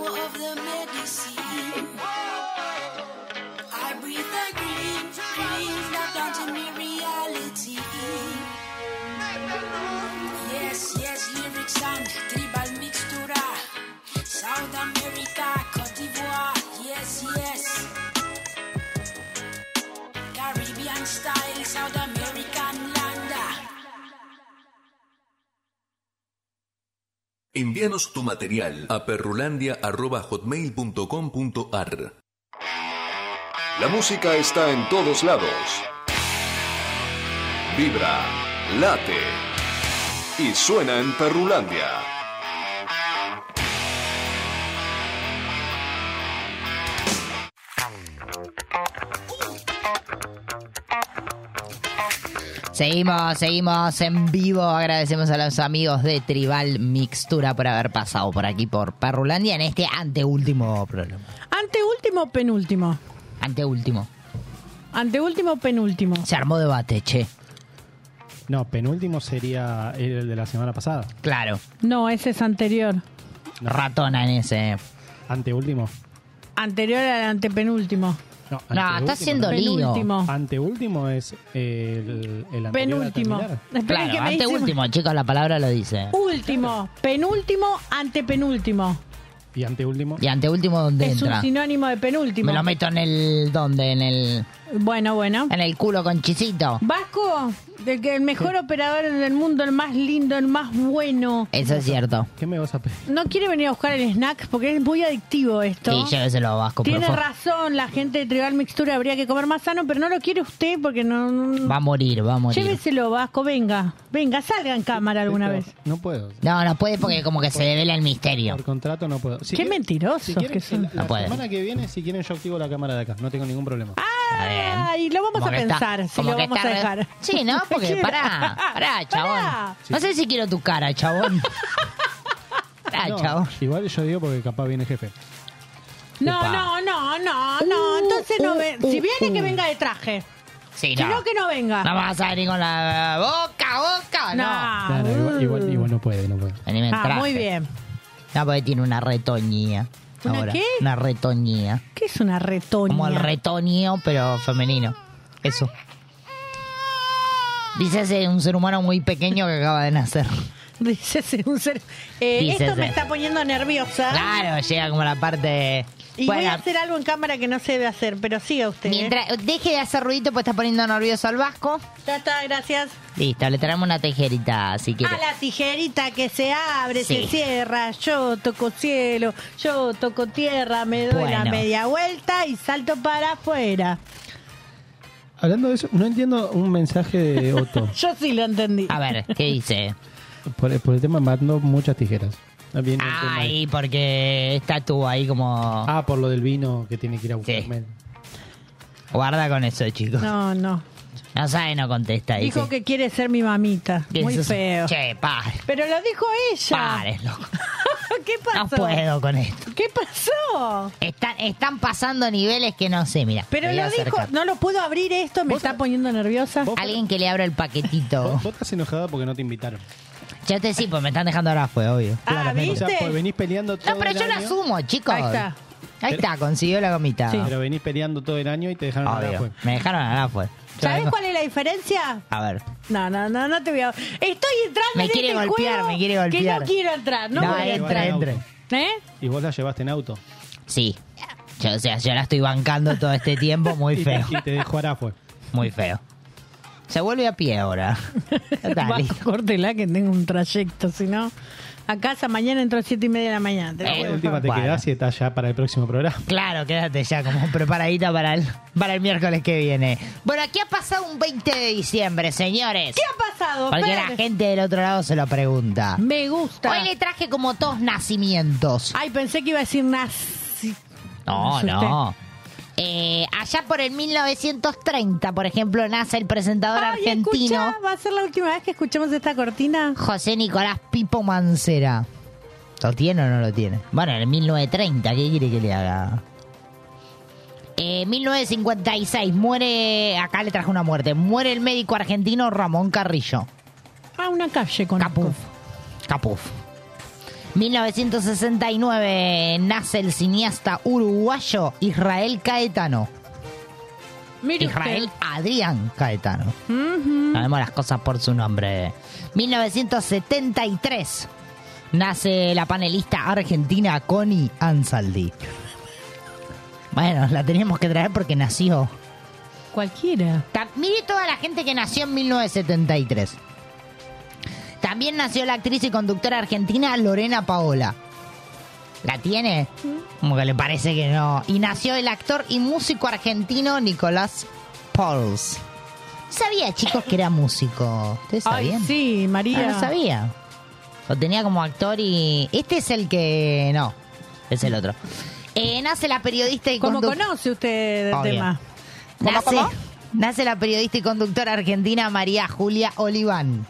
of the medicine. I breathe the green, green that plants in me reality. I live the green, green power of the medicine. I breathe the green, green that plants in me reality. Yes, yes, lyrics and tribal mixtura. South America, Cote d'Ivoire, yes, yes. Caribbean style, South American land.
Envíanos tu material a perrulandia.hotmail.com.ar
La música está en todos lados. Vibra, late y suena en Perrulandia.
Seguimos, seguimos en vivo. Agradecemos a los amigos de Tribal Mixtura por haber pasado por aquí por Perrulandia en este anteúltimo programa.
Anteúltimo o penúltimo.
Anteúltimo.
Anteúltimo o penúltimo.
Se armó debate, che.
No, penúltimo sería el de la semana pasada.
Claro.
No, ese es anterior.
Ratona en ese.
Anteúltimo.
Anterior al antepenúltimo.
No,
anteúltimo,
está siendo lío.
Penúltimo.
Anteúltimo es el, el anterior a
Penúltimo.
terminar.
Esperen
Claro,
que me dice-
anteúltimo, chicos, la palabra lo dice.
Último, penúltimo, antepenúltimo.
Y anteúltimo.
Y anteúltimo, ¿dónde
Es un
entra?
sinónimo de penúltimo.
Me lo meto en el. ¿Dónde? En el.
Bueno, bueno.
En el culo con chisito.
Vasco, de que el mejor operador del mundo, el más lindo, el más bueno.
Eso es cierto.
¿Qué me vas a pedir?
No quiere venir a buscar el snack porque es muy adictivo esto.
Sí, lléveselo a Vasco, por
Tiene
favor.
razón, la gente de Tribal Mixtura habría que comer más sano, pero no lo quiere usted porque no... no-
Va a morir, va a morir.
Lléveselo, Vasco, venga. Venga, salga en cámara alguna vez.
No puedo.
No, no puede porque como que se devela el misterio.
Por contrato no puedo. Si
Qué
quieren-
mentirosos
si quieren,
que son.
La, la
No puede.
semana que viene, si quieren, yo activo la cámara de acá. No tengo ningún problema.
Ah, Ay, lo vamos
Como
a
que está-
pensar, si
como
lo
que
vamos a
está re-
dejar.
Sí, ¿no? Porque pará, pará, chabón. No sé si quiero tu cara, chabón. pará,
No,
chabón.
Igual yo digo porque capaz viene el jefe.
No,
Epa.
no, no, no, no. Entonces no
uh,
ven.
uh,
Si viene,
uh.
que venga de traje.
Sí,
Si
no.
no, que no venga.
No vas a venir con la boca, boca, no.
No.
Claro, igual, igual- igual no puede, no puede.
Uh. Vení, me
Ah,
traje.
muy bien.
No, porque tiene una retoñía.
¿Una
ahora.
qué?
Una retoñía.
¿Qué es una retoña?
Como el retoño, pero femenino. Eso. Dice ese un ser humano muy pequeño que acaba de nacer.
Dice un ser. Eh,
Dice
esto me
ser.
está poniendo nerviosa.
Claro, llega como la parte.
Y voy
Bueno,
a hacer algo en cámara que no se debe hacer, pero siga usted. ¿eh?
Mientras- deje de hacer ruidito porque está poniendo nervioso al vasco.
Ya está, gracias.
listo, le traemos una tijerita si quiere.
A la tijerita que se abre,
Sí.
se cierra, yo toco cielo, yo toco tierra, me doy la
Bueno.
media vuelta y salto para afuera.
Hablando de eso, no entiendo un mensaje de Otto.
Yo sí lo entendí.
A ver, ¿qué dice?
por, por el tema mandó muchas tijeras. Ah, bien, el tema ahí.
Ay, porque esta tuvo ahí como.
Ah, por lo del vino que tiene que ir a buscar. Mel.
Guarda con eso, chicos. No,
No, no.
sabe, no contesta.
Dijo
dice.
que quiere ser mi mamita.
Que
Muy
sos-
feo.
Che, pare.
Pero lo dijo ella.
Pare, loco.
¿Qué pasó?
No puedo con Eh, esto.
¿Qué pasó?
Están, están pasando niveles que no sé, mira.
Pero lo dijo, no lo puedo abrir esto, me está poniendo nerviosa.
Alguien que le abra el paquetito.
Vos estás enojada porque no te invitaron.
Yo te sí, pues me están dejando ahora fue, obvio.
Ah,
Claramente. O sea, pues venís peleando todo
No, pero
el
yo lo
año.
asumo, chicos.
Ahí está.
Ahí está, consiguió la gomita.
Pero venís peleando todo el año y te dejaron
Obvio.
abajo.
Me dejaron a fue.
¿Sabes cuál es la diferencia?
A ver.
No, no, no, no te voy a. Estoy entrando
Me
en
quiere
este
golpear,
juego
me quiere
Que
golpear.
no quiero entrar, no,
No,
voy a
entra,
entrar.
entra.
¿Eh?
¿Y vos la llevaste en auto?
Sí. Yo, o sea, yo la estoy bancando todo este tiempo, muy
Y-
feo.
Y te dejó Arafue.
Muy feo. Se vuelve a pie ahora.
Va, córtela que tengo un trayecto, si no. A casa mañana entro a siete y media de la mañana.
Eh,
te lo
Por
juro.
última te
Bueno.
quedás y estás ya para el próximo programa.
Claro, quédate ya como preparadita para el, para el miércoles que viene. Bueno, aquí ha pasado un 20 de diciembre, señores.
¿Qué ha pasado?
Porque
Fer?
la gente del otro lado se lo pregunta.
Me gusta.
Hoy le traje como dos nacimientos.
Ay, pensé que iba a decir nazi.
No,
Me asusté.
no. Eh, allá por el 1930, por ejemplo, nace el presentador
Ay,
argentino
escuchá, va a ser la última vez que escuchemos esta cortina.
José Nicolás Pipo Mancera. ¿Lo tiene o no lo tiene? Bueno, en el 1930, ¿qué quiere que le haga? Eh, 1956, muere. Acá le trajo una muerte. Muere el médico argentino Ramón Carrillo.
Ah, una calle con
Capuf. Capuf. 1969 nace el cineasta uruguayo Israel Caetano.
Mire
Israel Adrián Caetano.
Mm.
Sabemos las cosas por su nombre. 1973 nace la panelista argentina Connie Ansaldi. Bueno, la teníamos que traer porque nació.
Cualquiera.
Ta- Mire toda la gente que nació en 1973. También nació la actriz y conductora argentina Lorena Paola. ¿La tiene? Como que le parece que no. Y nació el actor y músico argentino Nicolás Pauls. Sabía, chicos, que era músico. ¿Ustedes
Ay,
sabían?
sí, María.
Ah, no sabía. Lo tenía como actor y... Este es el que... No, es el otro. Eh, nace la periodista y
¿Cómo
conduc-
conoce usted del
Obvio.
tema?
Nace, nace la periodista y conductora argentina María Julia Oliván.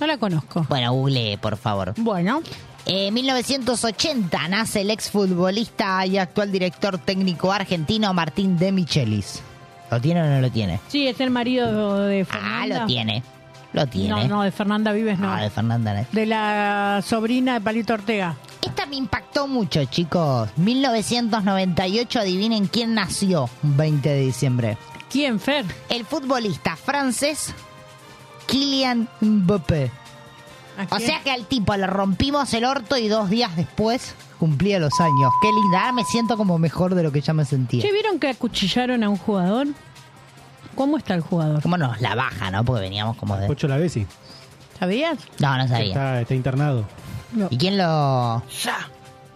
No la conozco.
Bueno, google, por favor. Eh,
Bueno.
En 1980 nace el exfutbolista y actual director técnico argentino Martín de Michelis. ¿Lo tiene o no lo tiene?
Sí, es el marido de
Ah,
Fernanda.
lo tiene. Lo tiene.
No, no, de Fernanda Vives no.
Ah, de Fernanda. no.
De la sobrina de Palito Ortega.
Esta me impactó mucho, chicos. 1998, adivinen quién nació 20 de diciembre.
¿Quién, Fer?
El futbolista francés Kylian Mbappé. O sea que al tipo le rompimos el orto y dos días después cumplía los años. Qué linda, ahora me siento como mejor de lo que ya me sentía.
¿Che, vieron que acuchillaron a un jugador? ¿Cómo está el jugador?
¿Cómo nos la baja, no? Porque veníamos como de...
Pocho la Bessi.
¿Sabías?
No, no
que
sabía.
Está, está internado.
No.
¿Y quién lo...?
Ya.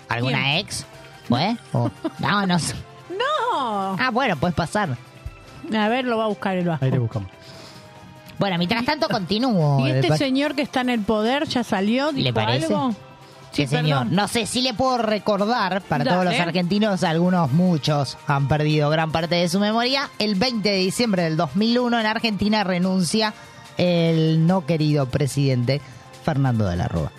¿Alguna
¿Quién?
ex? ¿Fue? ¿O- No, no sé.
¡No!
Ah, bueno, puedes pasar.
A ver, lo va a buscar el Vasco.
Ahí le buscamos.
Bueno, mientras tanto continúo.
¿Y este
Después-
señor que está en el poder ya salió? ¿Dijo
¿Le parece?
algo?
Sí,
Sí,
señor.
perdón.
No sé si le puedo recordar, para todos
Dale.
los argentinos, algunos, muchos han perdido gran parte de su memoria. El 20 de diciembre del 2001 en Argentina renuncia el no querido presidente Fernando de la Rúa.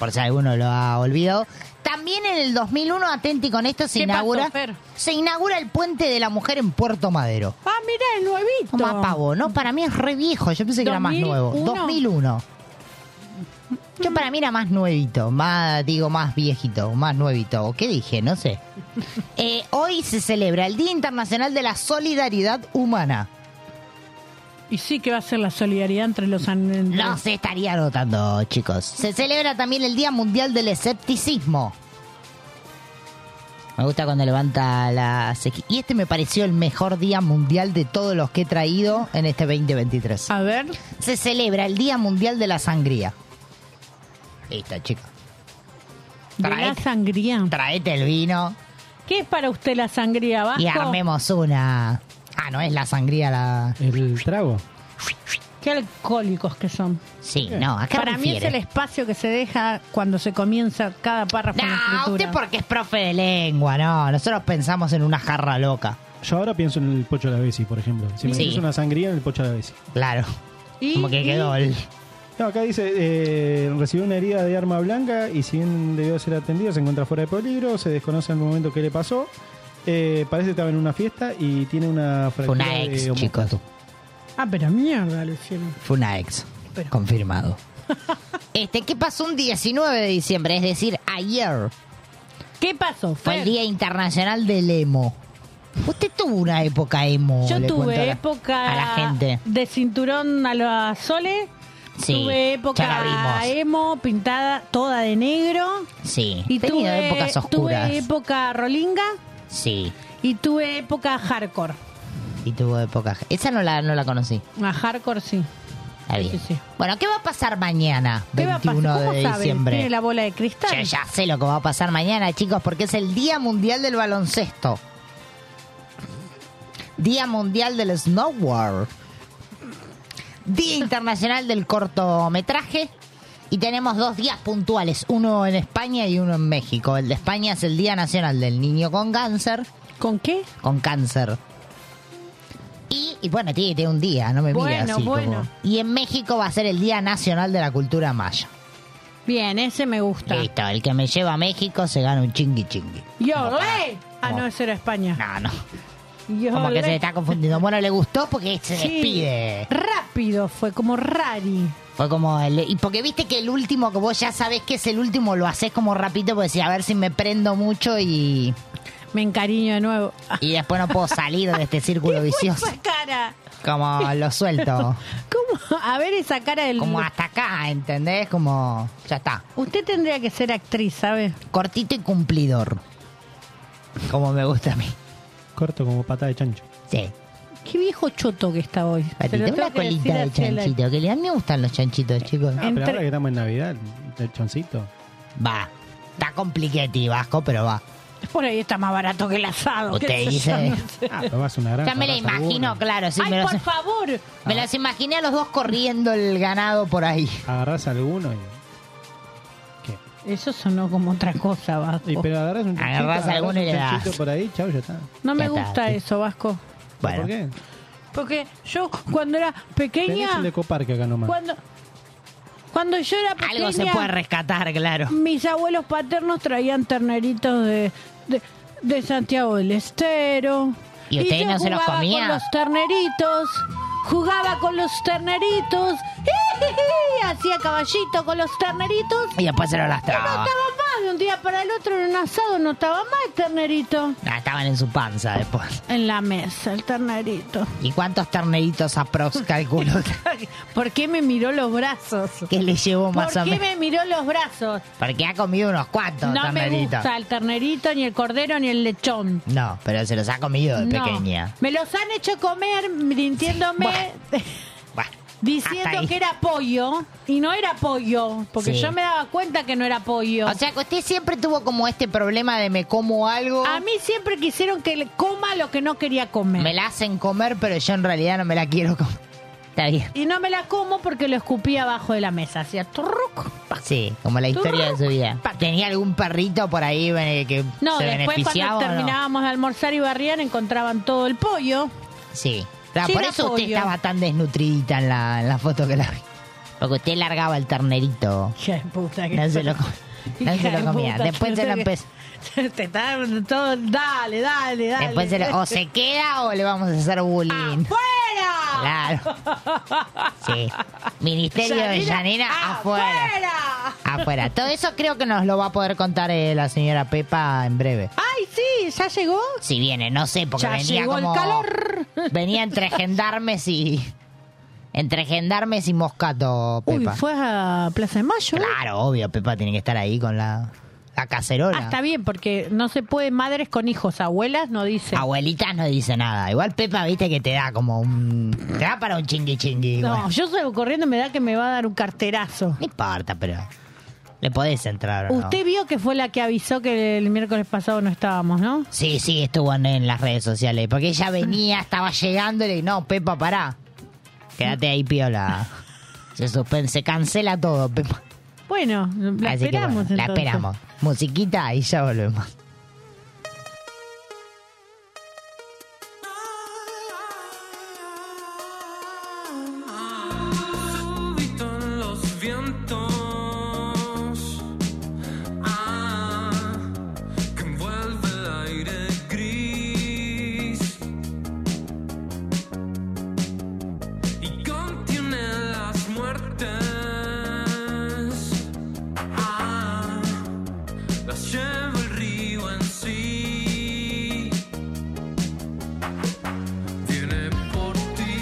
Por si alguno lo ha olvidado. También en el 2001, atenti con esto, se
¿Qué pasó,
inaugura
Fer?
se inaugura el Puente de la Mujer en Puerto Madero.
Ah, mira, es nuevito.
Toma pavo, ¿no? Para mí es re viejo. Yo pensé que era más nuevo.
2001.
2001. Yo para mí era más nuevito, más, digo, más viejito, más nuevito. ¿O ¿Qué dije? No sé. Eh, hoy se celebra el Día Internacional de la Solidaridad Humana.
Y sí que va a ser la solidaridad entre los... an- entre-
No se estaría anotando, chicos. Se celebra también el Día Mundial del Escepticismo. Me gusta cuando levanta la sequi- Y este me pareció el mejor Día Mundial de todos los que he traído en este 2023.
A ver.
Se celebra el Día Mundial de la Sangría. Listo, chicos.
De la sangría.
Traete el vino.
¿Qué es para usted la sangría, Vasco?
Y armemos una. Ah, no es la sangría la.
El trago.
Qué alcohólicos que son.
Sí, no, acá
Eh, Para mí es el espacio que se deja cuando se comienza cada párrafo en la
Ah,
escritura.
usted porque es profe de lengua, no. Nosotros pensamos en una jarra loca.
Yo ahora pienso en el pocho de la Bessi, por ejemplo. Si me
Sí.
pienso una sangría en el pocho de la Bessi.
Claro. Como que quedó el.
No, acá dice, eh, recibió una herida de arma blanca y si bien debió ser atendido, se encuentra fuera de peligro, se desconoce al momento que le pasó. Eh, parece que estaba en una fiesta y tiene una fractura
una ex,
de homóstato.
chicos.
Ah, pero mierda lo hicieron.
Fue una ex. Confirmado. Este, ¿qué pasó un 19 de diciembre? Es decir, ayer.
¿Qué pasó?
Fue el Día Internacional del Emo. Usted tuvo una época emo.
Yo
le
tuve
cuento a la-
época
A la gente.
de cinturón a la Sole.
Sí,
tuve
ya la
época
vimos.
emo pintada toda de negro.
Sí.
Y
Tenía
tuve,
épocas oscuras.
tuve época rolinga
Sí.
y tuve época hardcore.
Y tuvo épocas. Esa no la, no la conocí.
A hardcore sí.
Está Ah, bien. Bueno, ¿qué va a pasar mañana?
¿Qué va a pasar?
21
¿Cómo
de
sabe?
diciembre.
¿Tiene la bola de cristal?
Yo ya sé lo que va a pasar mañana, chicos, porque es el Día Mundial del Baloncesto. Día Mundial del Snowboard. Día Internacional del Cortometraje. Y tenemos dos días puntuales, uno en España y uno en México. El de España es el Día Nacional del Niño con Cáncer.
¿Con qué?
Con cáncer. Y, y bueno, tiene, tiene un día, no me mire
Bueno,
así como-
bueno.
Y en México va a ser el Día Nacional de la Cultura Maya.
Bien, ese me gusta.
Listo, el que me lleva a México se gana un chingui chingui.
¡Y olé! Ah, no, eso era España.
No, no.
Y
Como que
olé.
se está confundiendo. Bueno, le gustó porque se
Sí.
despide.
Rápido, fue como rari.
Fue como el... Y porque viste que el último, que vos ya sabés que es el último, lo haces como rapidito porque decís, a ver si me prendo mucho y...
Me encariño de nuevo.
Y después no puedo salir de este círculo vicioso.
Esa cara.
Como lo suelto.
¿Cómo? A ver esa cara del...
Como hasta acá, ¿entendés? Como... Ya está.
Usted tendría que ser actriz, ¿sabe?
Cortito y cumplidor. Como me gusta a mí.
Corto como patada de chancho.
Sí.
Qué viejo choto que está hoy. Se
Patita,
lo
una
tengo que decir
colita
a
de
Chela.
chanchito. Que le- a mí me gustan los chanchitos, chicos.
Ah, pero ahora que estamos en Navidad, el choncito.
Va. Está compliquete, Vasco, pero va.
Por ahí está más barato que el asado. qué
Usted
sé yo,
dice-
no sé.
Ah, pero vas a una granja,
Ya me la
vas a
imagino,
alguna.
claro. Sí,
Ay,
me los,
por favor.
me los imaginé a los dos corriendo el ganado por ahí.
Agarrás alguno y...
Eso sonó como otra cosa, Vasco.
y- pero agarrás un chanchito,
Agarrás alguno y
un
le das.
chanchito por ahí, chau, ya está.
No me
Ya está,
gusta
sí.
eso, Vasco.
Bueno.
¿Por qué?
Porque yo cuando era
Tenés
pequeña...
el de Coparque acá nomás.
Cuando, cuando yo era pequeña...
Algo se puede rescatar, claro.
Mis abuelos paternos traían terneritos de, de, de Santiago del Estero.
¿Y usted
yo
no se los
jugaba
comía?
con los terneritos. Jugaba con los terneritos. Hacía caballito con los terneritos.
Y después se lo
No
lastraba.
estaba más de un día para el otro en un asado, no estaba más el ternerito.
Ah, estaban en su panza después.
En la mesa, el ternerito.
¿Y cuántos terneritos aprox calculo?
¿Por qué me miró los brazos?
que le llevó
¿Por
más o
qué
menos?
me miró los brazos?
Porque ha comido unos cuantos
No me
terneritos.
gusta el ternerito, ni el cordero, ni el lechón.
No, pero se los ha comido de
No.
pequeña.
Me los han hecho comer mintiéndome,
hasta
diciendo
ahí.
que era pollo y no era pollo, porque
Sí.
yo me daba cuenta que no era pollo.
O sea que usted siempre tuvo como este problema de me como algo.
a mí siempre quisieron que le coma lo que no quería comer.
Me la hacen comer, pero yo en realidad no me la quiero comer. Está bien.
Y no me la como porque lo escupí abajo de la mesa, hacía turruc.
Sí, como la historia de su vida. ¿Tenía algún perrito por ahí bene- que
No,
se
después
beneficiaba
cuando
o no?
terminábamos de almorzar y barrían encontraban todo el pollo.
Sí. Ah,
Sí,
por
era
eso usted
pollo.
estaba tan desnutridita en la, en la foto que la vi. Porque usted largaba el ternerito.
Hija de puta que
No se lo, com- no se
Hija
lo
de
comía.
puta,
Después
que
se lo
no sé
empezó.
qué- Te está dando todo, dale, dale, dale.
Después se lo- o se queda o le vamos a hacer bullying. ¡Afuera! Claro. Sí. Ministerio de
Yanina,
Llanera, afuera. Afuera. Todo eso creo que nos lo va a poder contar eh, la señora Pepa en breve.
¡Ay, sí! ¿Ya llegó?
Si viene, no sé, porque
ya
venía
llegó
como-
el calor.
Venía entre gendarmes y, Entre gendarmes y moscato, Pepa.
Uy, fue a Plaza de Mayo. ¿eh?
Claro, obvio, Pepa tiene que estar ahí con la, la cacerola.
Ah, está bien, porque no se puede madres con hijos, abuelas no dice.
Abuelitas no dice nada. Igual Pepa, viste que te da como un... Mm. Te da para un chingui chingui.
No,
Bueno,
yo salgo corriendo me da que me va a dar un carterazo.
No importa, pero le podés entrar. ¿o no?
Usted vio que fue la que avisó que el miércoles pasado no estábamos, ¿no?
Sí, sí, estuvo en, en las redes sociales. Porque ella venía, estaba llegándole y no, Pepa, pará. Quédate ahí, piola. Se suspende, se cancela todo, Pepa.
Bueno, la
Así que, bueno,
esperamos
la
entonces.
esperamos. Musiquita y ya volvemos.
Gritan los vientos, ah, que envuelve el aire gris y contiene las muertes, ah, las lleva el río en sí. Viene por ti.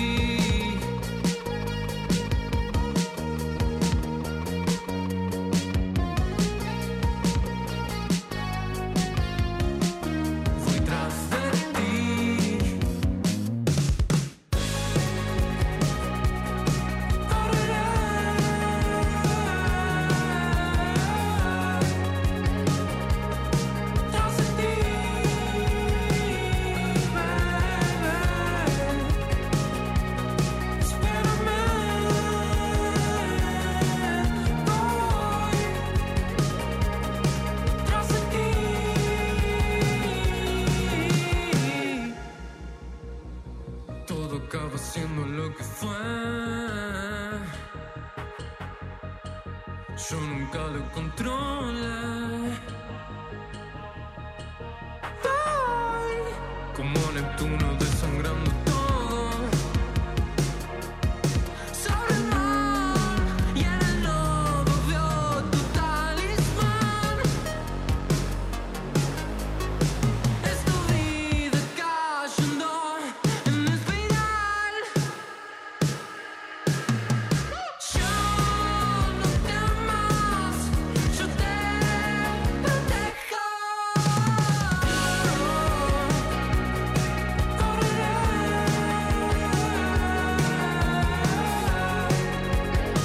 Fui tras de ti. Correré tras de ti, bebé. Espérame. Voy tras de ti. Todo acaba siendo lo que fue. Yo nunca lo controlé. Voy como Neptuno desangrando todo. Sobre el mar y en el lobo vio tu talismán. Es tu vida cayendo en espiral. Yo no temas, yo te protejo. Correré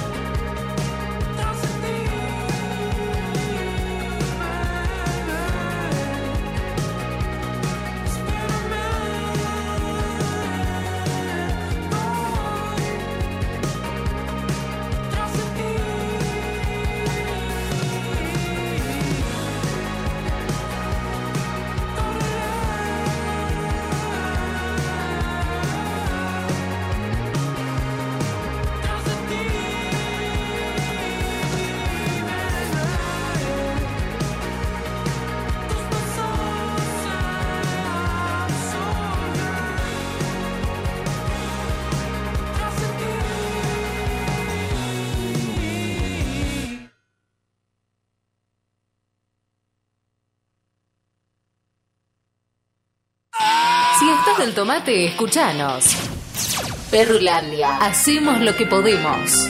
tras de ti, bebé.
Si estás del tomate, escúchanos. Perrulandia. Hacemos lo que podemos.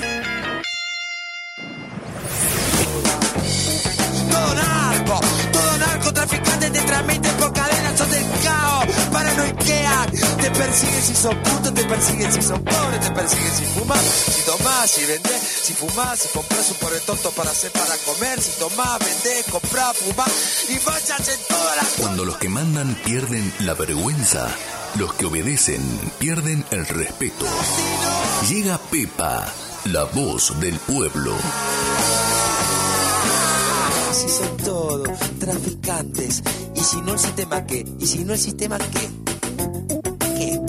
todo narco, todo narcotraficante te transmite por cadenas, sos del caos, paranoiquean, te persiguen si sos puto, te persiguen si sos pobre, te persiguen si fumas, si tomás, si vendés, si fumás, si compras un pobre tonto para hacer para comer, si tomás, vendés, comprás, fumás, y vayas en todas las
Cuando los que mandan pierden la vergüenza, los que obedecen pierden el respeto. Llega Pepa, la voz del pueblo.
Si son todo traficantes, y si no el sistema qué, y si no el sistema qué, qué.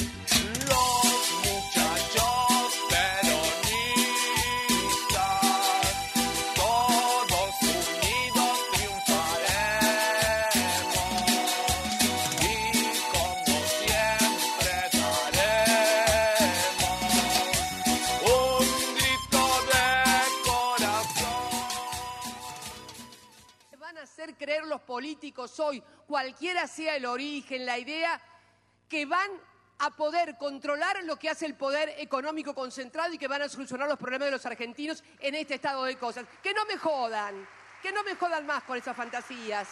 Los muchachos peronistas, todos unidos triunfaremos y con
a hacer creer los políticos hoy, cualquiera sea el origen, la idea, que van a poder controlar lo que hace el poder económico concentrado y que van a solucionar los problemas de los argentinos en este estado de cosas. Que no me jodan, que no me jodan más con esas fantasías.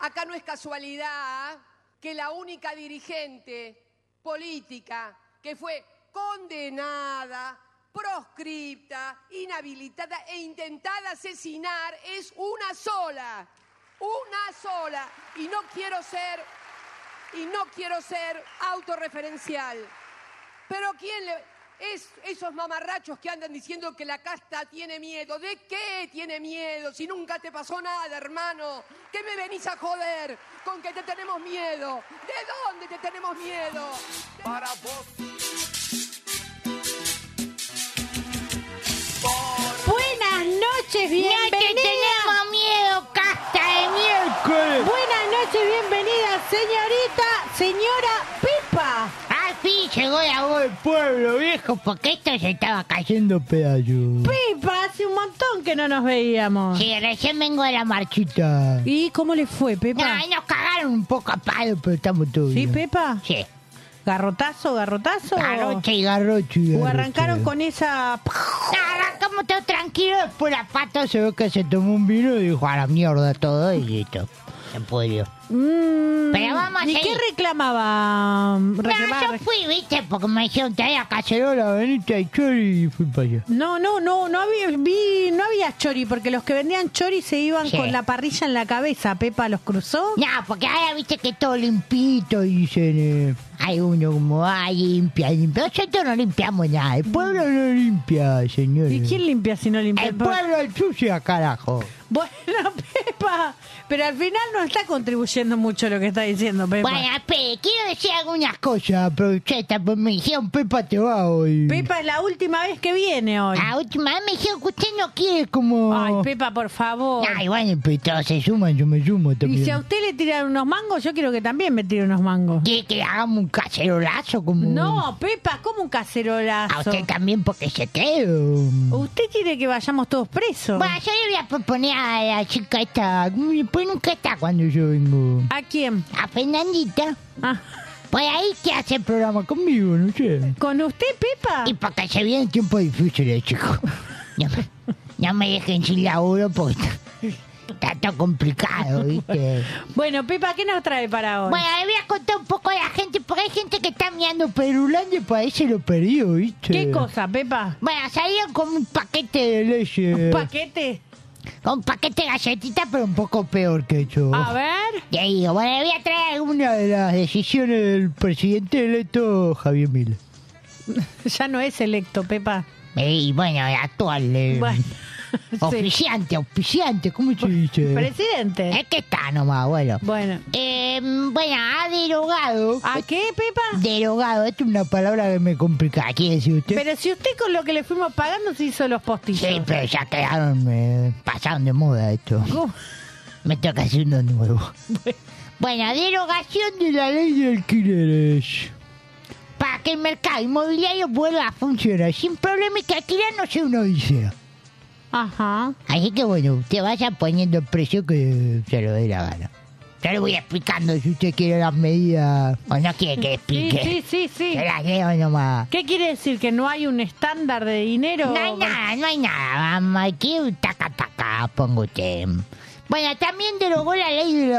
Acá no es casualidad que la única dirigente política que fue condenada, proscripta, inhabilitada e intentada asesinar es una sola, una sola. Y no quiero ser, y no quiero ser autorreferencial. Pero ¿quién le... Es, esos mamarrachos que andan diciendo que la casta tiene miedo. ¿De qué tiene miedo? Si nunca te pasó nada, hermano. ¿Qué me venís a joder con que te tenemos miedo? ¿De dónde te tenemos miedo? Para vos.
Buenas noches, bienvenidas.
tenemos
miedo, casta de miércoles. Buenas noches, bienvenida, señorita, señora Pipa.
Al fin llegó la voz del pueblo, viejo, porque esto se estaba cayendo pedazos.
Pipa, hace un montón que no nos veíamos.
Sí, recién vengo de la marchita.
¿Y cómo le fue, Pepa?
No, ahí nos cagaron un poco a palo, pero estamos todos
¿Sí,
bien.
Pepa?
Sí.
¿Garrotazo, garrotazo?
Garrocha y garrocho y
¿O
garrocho.
arrancaron con esa...
Arrancamos todo tranquilo, después la pata se ve que se tomó un vino y dijo a la mierda todo y listo. Se pudrió. Pero vamos a
Mm, ¿Y qué
seguir.
reclamaba? mm, reclamaba-
No, yo fui, viste, porque me dijeron, trae la cacerola, venite y chori, y fui para allá.
No, no, no, no había, vi- no había chori, porque los que vendían chori se iban
Sí.
con la parrilla en la cabeza. Pepa los cruzó.
No, porque ahora viste que todo limpito, dicen. eh. Hay uno como, ah, limpia, limpia. Nosotros no limpiamos nada. El pueblo no limpia, señor.
¿Y quién limpia si no limpia?
El pueblo ensucia, carajo.
Bueno, Pepa, pero al final no está contribuyendo mucho lo que está diciendo, Pepa.
Bueno, pe, quiero decir algunas cosas, pero cheta, pues me dijeron, Pepa, te va hoy.
Pepa es la última vez que viene hoy.
La última vez me dijeron que usted no quiere como...
Ay, Pepa, por favor.
Ay, bueno, pero todos se suman, yo me sumo también.
y si a usted le tiran unos mangos, yo quiero que también me tire unos mangos.
¿Quiere que hagamos un cacerolazo como...?
No, Pepa, como un cacerolazo.
A usted también porque se creo.
Usted quiere que vayamos todos presos.
Bueno, yo le voy a proponer a la chica esta. ¿Cómo le pone un está cuando yo vengo?
¿A quién? Ah.
A Fernandita. Por ahí que hace el programa conmigo, no sé.
¿Con usted, Pepa?
Y porque se vienen tiempos difíciles, chicos. No eh, me, no me dejen sin laburo porque está, está todo complicado, ¿viste?
Bueno, Pepa, ¿qué nos trae para hoy?
Bueno, le voy a contar un poco a la gente porque hay gente que está mirando Perulandia y parece lo perdido, ¿viste?
¿Qué cosa, Pepa?
Bueno, salieron con un paquete de leche.
¿Un paquete?
Un paquete de galletitas, pero un poco peor que yo.
A ver.
Te digo, bueno, voy a traer alguna de las decisiones del presidente electo Javier Milei.
Ya no es electo, Pepa.
Eh, Y bueno, actual. eh,
Bueno,
Oficiante, auspiciante, ¿cómo se dice?
Presidente.
Es que está nomás, bueno.
Bueno.
Eh, bueno, ha derogado.
¿A qué, Pepa?
Derogado, esto es una palabra que me complica. ¿Quiere decir usted?
Pero si usted con lo que le fuimos pagando se hizo los postillos.
Sí, pero ya quedaron, eh, pasaron de moda esto. Me toca hacer uno nuevo. bueno, derogación de la ley de alquileres. Para que el mercado inmobiliario
Ah,
vuelva a funcionar sin problema y que alquiler no sea una odisea.
Ajá.
Así que bueno, usted vaya poniendo el precio que se lo dé la gana. Yo le voy explicando si usted quiere las medidas o no quiere que le
Sí,
explique.
sí, sí, sí.
Yo las leo nomás.
¿Qué quiere decir? ¿Que no hay un estándar de dinero?
No hay nada, no hay nada. Vamos, aquí un taca taca, pongo usted. Bueno, también derogó la ley del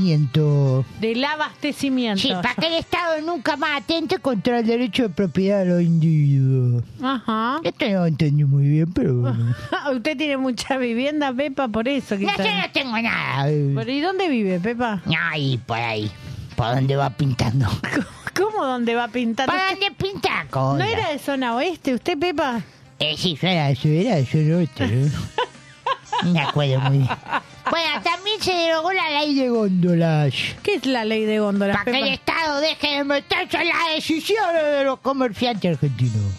abastecimiento.
Del abastecimiento.
Sí, para que el Estado nunca más atente contra el derecho de propiedad de los individuos.
Ajá.
Esto no lo entendí muy bien, pero bueno.
Usted tiene mucha vivienda, Pepa, por eso.
No,
quizás.
yo no tengo nada. eh.
Pero, ¿Y dónde vive, Pepa?
Ahí, por ahí. Por donde va pintando.
¿Cómo dónde va pintando?
¿Para dónde pinta?
¿No era de zona oeste usted, Pepa?
Eh, sí, yo era, yo era, yo era otro, ¿eh? Me acuerdo muy bien. Bueno, también se derogó la ley de góndolas.
¿Qué es la ley de góndolas,
Para que el
Pepa?
Estado deje de meterse en las decisiones de los comerciantes argentinos.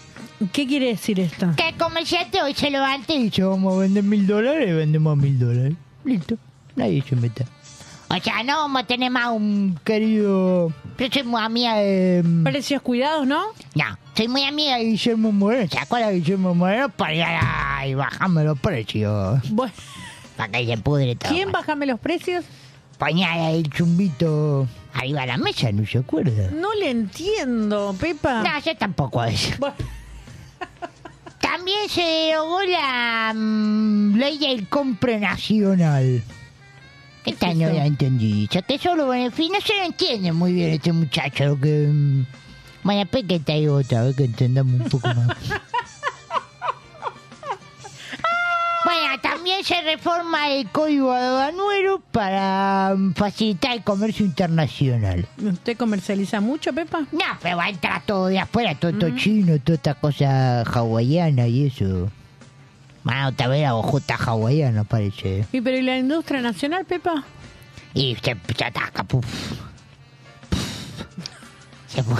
¿Qué quiere decir esto?
Que el comerciante hoy se levante y dice, vamos a vender mil dólares, vendemos mil dólares. Listo. Nadie se mete. O sea, no vamos a tener más un querido... Yo soy muy amiga de... mm,
Precios cuidados, ¿no?
No, soy muy amiga de Guillermo Moreno. ¿Se acuerda de Guillermo Moreno? Para ir a la- y bajarme los precios.
Bueno,
Para que se pudre todo.
¿Quién bajame los precios?
Ponía el chumbito arriba de la mesa, no se acuerda.
No le entiendo, Pepa.
No, yo tampoco a eso. También se derogó la mm, ley del compre nacional. Esta no la entendí. Yo te solo beneficio. No se lo entiende muy bien este muchacho. Lo que, mm, bueno, después que te digo otra vez que entendamos un poco más. bueno, también se reforma el código aduanero para mm, facilitar el comercio internacional.
¿Usted comercializa mucho, Pepa? Mm.
No, pero va a entrar todo de afuera, todo, esto chino, toda esta cosa hawaiana y eso. Bueno, otra vez la bojota hawaiana parece.
¿Y pero y la industria nacional, Pepa?
Y se, se ataca, puf. Puf. Se fue.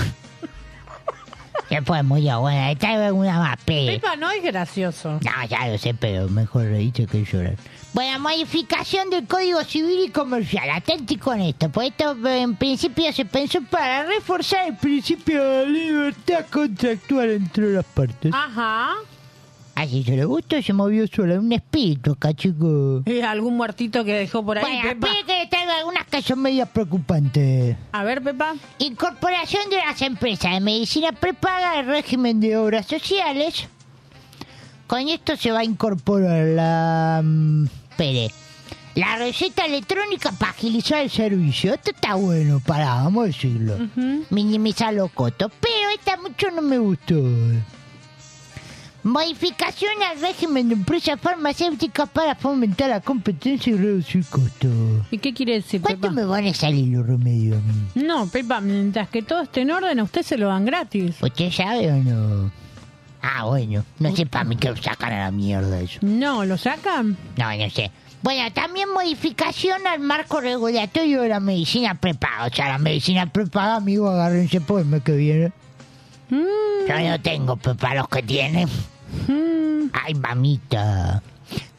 Se fue muy buena. Esta es una más, pe.
Pepa no es gracioso.
No, ya lo sé, pero mejor reírse que llorar. Bueno, modificación del Código Civil y Comercial. Atenti con esto, porque esto en principio se pensó para reforzar el principio de libertad contractual entre las partes.
Ajá.
Así Ah, se le gustó, se movió solo un espíritu acá, chico.
¿Es algún muertito que dejó por ahí,
Bueno,
Pepa?
espere que le traiga algunas que son medias preocupantes.
A ver, Pepa.
Incorporación de las empresas de medicina prepaga al régimen de obras sociales. Con esto se va a incorporar la... mm, espere. La receta electrónica para agilizar el servicio. Esto está bueno, pará, vamos a decirlo. Minimizar los costos. Pero esta mucho no me gustó. Modificación al régimen de empresas farmacéuticas para fomentar la competencia y reducir costos.
¿Y qué quiere decir,
¿Cuánto me van a salir los remedios a mí?
No, Pepa, mientras que todo esté en orden, a usted se lo dan gratis.
¿Usted sabe o no? Ah, bueno. No sé para mí que lo sacan a la mierda eso.
No, ¿lo sacan?
No, no sé. Bueno, también modificación al marco regulatorio de la medicina prepaga. O sea, la medicina prepaga, amigo, agárrense por el mes que viene.
Mm.
Yo no tengo, pero para los que tienen.
Mm.
Ay, mamita.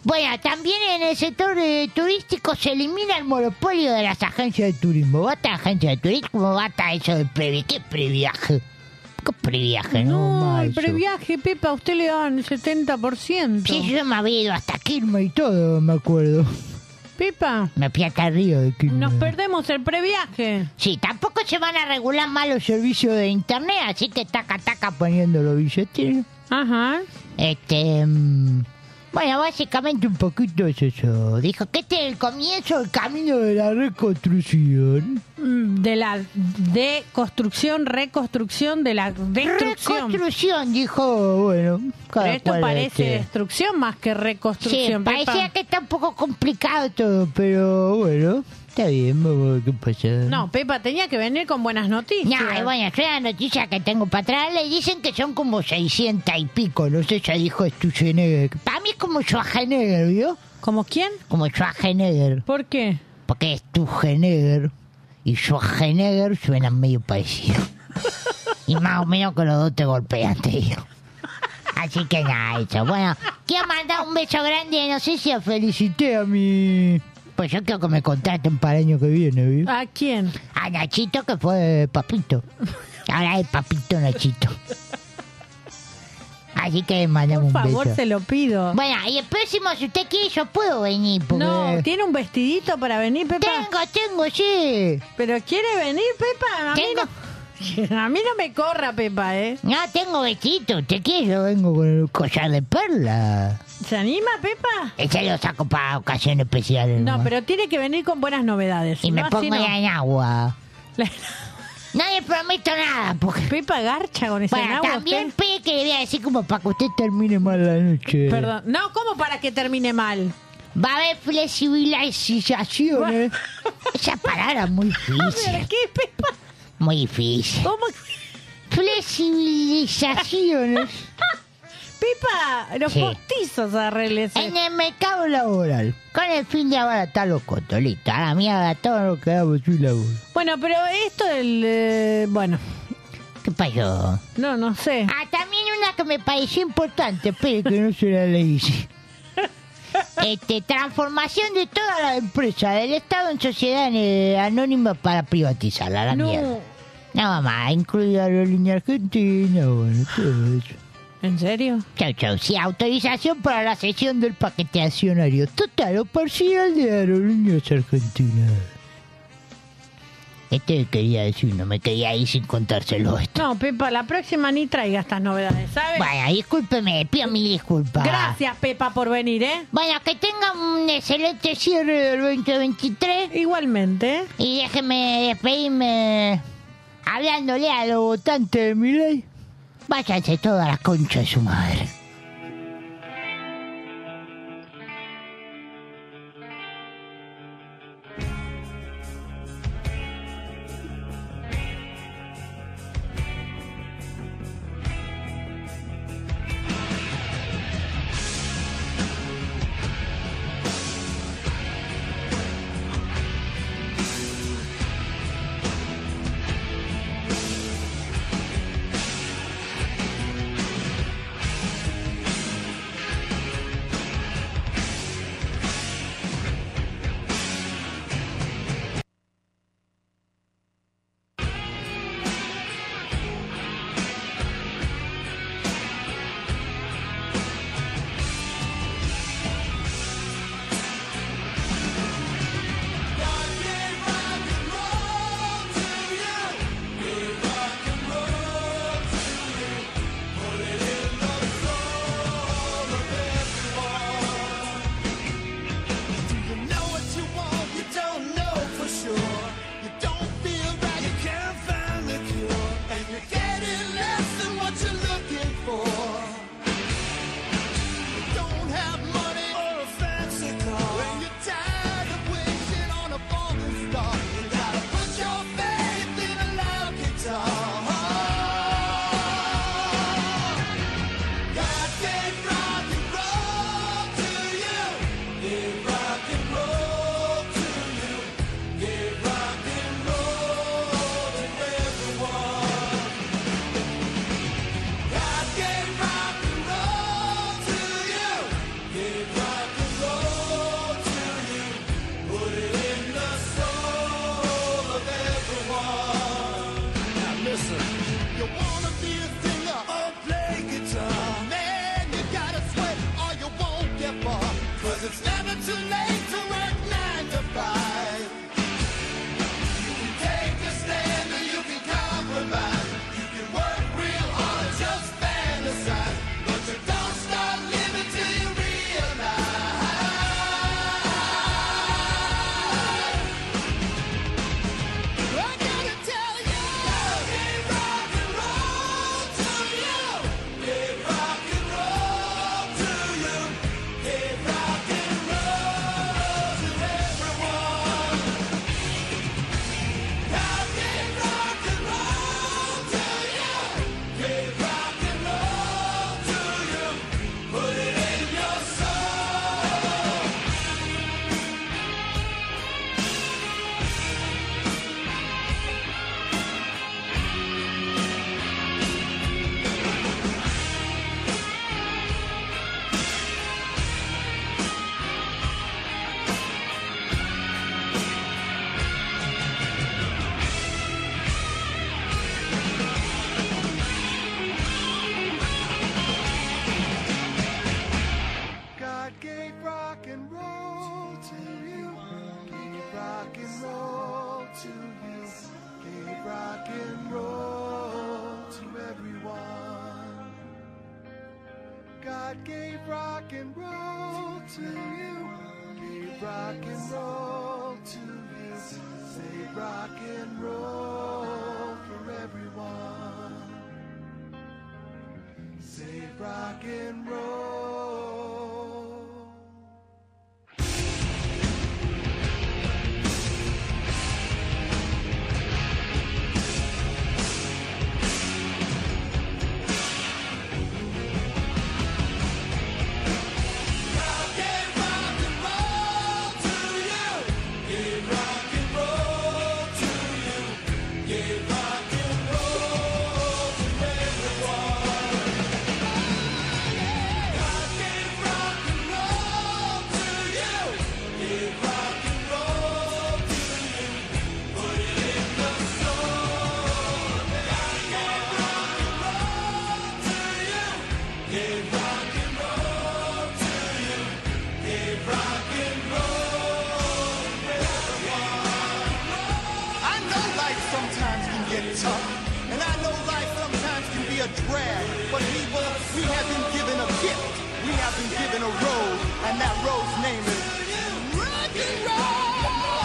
Bueno, también en el sector eh, turístico se elimina el monopolio de las agencias de turismo. Basta agencia de turismo, basta eso de previ. ¿Qué previaje? ¿Qué previaje? No,
No,
mal
el
eso.
previaje, Pepa, a usted le dan el 70%.
Sí, yo me había ido hasta Quilmes y todo, me acuerdo.
Pepa,
Me fui hasta Río de Quilmes.
nos perdemos el previaje.
Sí, tampoco se van a regular mal los servicios de internet, así que taca taca poniendo los billetes.
Ajá.
Este. mm, Bueno, básicamente un poquito es eso. Dijo que este es el comienzo del camino de la reconstrucción.
Mm, De la deconstrucción, reconstrucción, de la destrucción.
Reconstrucción, dijo, bueno. cada
Pero esto
cual,
parece
este.
destrucción más que
Sí,
reconstrucción, Pepa.
parecía que está un poco complicado todo, pero bueno, está bien, vamos a ver qué pasa.
No, Pepa, tenía que venir con buenas noticias.
No, y bueno, yo la noticia que tengo para atrás le dicen que son como 600 y pico, no sé, ya dijo Stusenegger. Para mí es como Schwarzenegger, ¿vio?
¿Como quién?
Como Schwarzenegger.
¿Por qué?
Porque Stusenegger y Schwarzenegger suenan medio parecidos. y más o menos que los dos te golpean, te digo. Así que nada, eso. Bueno, quiero mandar un beso grande, no sé si os felicité a mi... Pues yo creo que me contraten para el año que viene, ¿vio?
¿A quién?
A Nachito que fue Papito. Ahora es Papito Nachito. Así que le mandamos
Por
un
favor,
beso.
se lo pido.
Bueno, y el próximo, si usted quiere, yo puedo venir. Porque...
No, ¿tiene un vestidito para venir, Pepa?
Tengo, tengo, sí.
¿Pero quiere venir, Pepa? A mí,
Tengo.
no, a mí no me corra, Pepa, ¿eh?
No, tengo vestido. ¿Usted quiere? Yo vengo con el collar de perla.
¿Se anima, Pepa?
Ese lo saco para ocasiones especiales.
No,
nomás.
pero tiene que venir con buenas novedades.
Y me
no, así
pongo
no.
ya en agua. No le prometo nada, porque...
Pepa garcha con ese
Bueno,
nabo,
también
usted.
pe que le voy a decir como para que usted termine mal la noche.
Perdón. No, ¿cómo para que termine mal?
Va a haber flexibilización, ¿eh? Esa palabra es muy difícil.
¿Qué, Pepa?
Muy difícil.
¿Cómo?
Flexibilizaciones
Pepa, los
Sí.
postizos eh. arreglese.
en el mercado laboral. Con el fin de abaratar los cotolitos. A la mierda, todo lo que hago sin laburo.
Bueno, pero esto del... eh, bueno,
¿Qué pasó?
no, no sé.
Ah, también una que me pareció importante, pero que no se la leí. Este, transformación de toda la empresa del Estado en sociedad eh, anónima para privatizarla, a la mierda.
No,
No, mamá, incluida la línea argentina, bueno, todo eso.
¿En serio?
Chau, chau. Sí, autorización para la sesión del paquete accionario total o parcial de Aerolíneas Argentinas. Este quería decir, no me quería ir sin contárselo esto.
No, Pepa, la próxima ni traiga estas novedades, ¿sabes?
Vaya, discúlpeme, pido mil disculpas.
Gracias, Pepa, por venir, ¿eh?
Bueno, que tenga un excelente cierre del 2023.
Igualmente.
Y déjeme despedirme hablándole a los votantes de mi ley. Váyanse toda la concha de su madre.
know what you want, you don't know for sure. You don't feel right, you can't find the cure. And you're getting less than what you're looking for. You don't have money or a fancy car. When you're tired of wishing on a falling star, you gotta put your faith in a loud guitar. God gave rock and roll to you. Give rock and roll to you. Give rock and roll to everyone. God gave rock and roll to you. Give rock and roll to you. Put it in the soul of everyone. Now listen, you wanna be a singer or play guitar. Man, you gotta sweat or you won't get far. Cause it's never too late to work nine to five. You can take a stand or you can compromise. You can work real hard, or just fantasize. But you don't start living till you realize. I gotta tell you, give rock and roll to you. Give rock and roll to you. Give rock and roll to everyone. Now give rock and roll to you. Give rock and roll to you. Put it in your soul. God gave rock and roll to you. Gave rock and roll to you. Gave rock and roll to everyone. God gave rock and roll to you. Gave rock and roll to you. Say rock and roll for everyone. Save rock and roll. Give rock and roll to you. Give rock and roll to everyone. God
in a road, and that road's name is rock and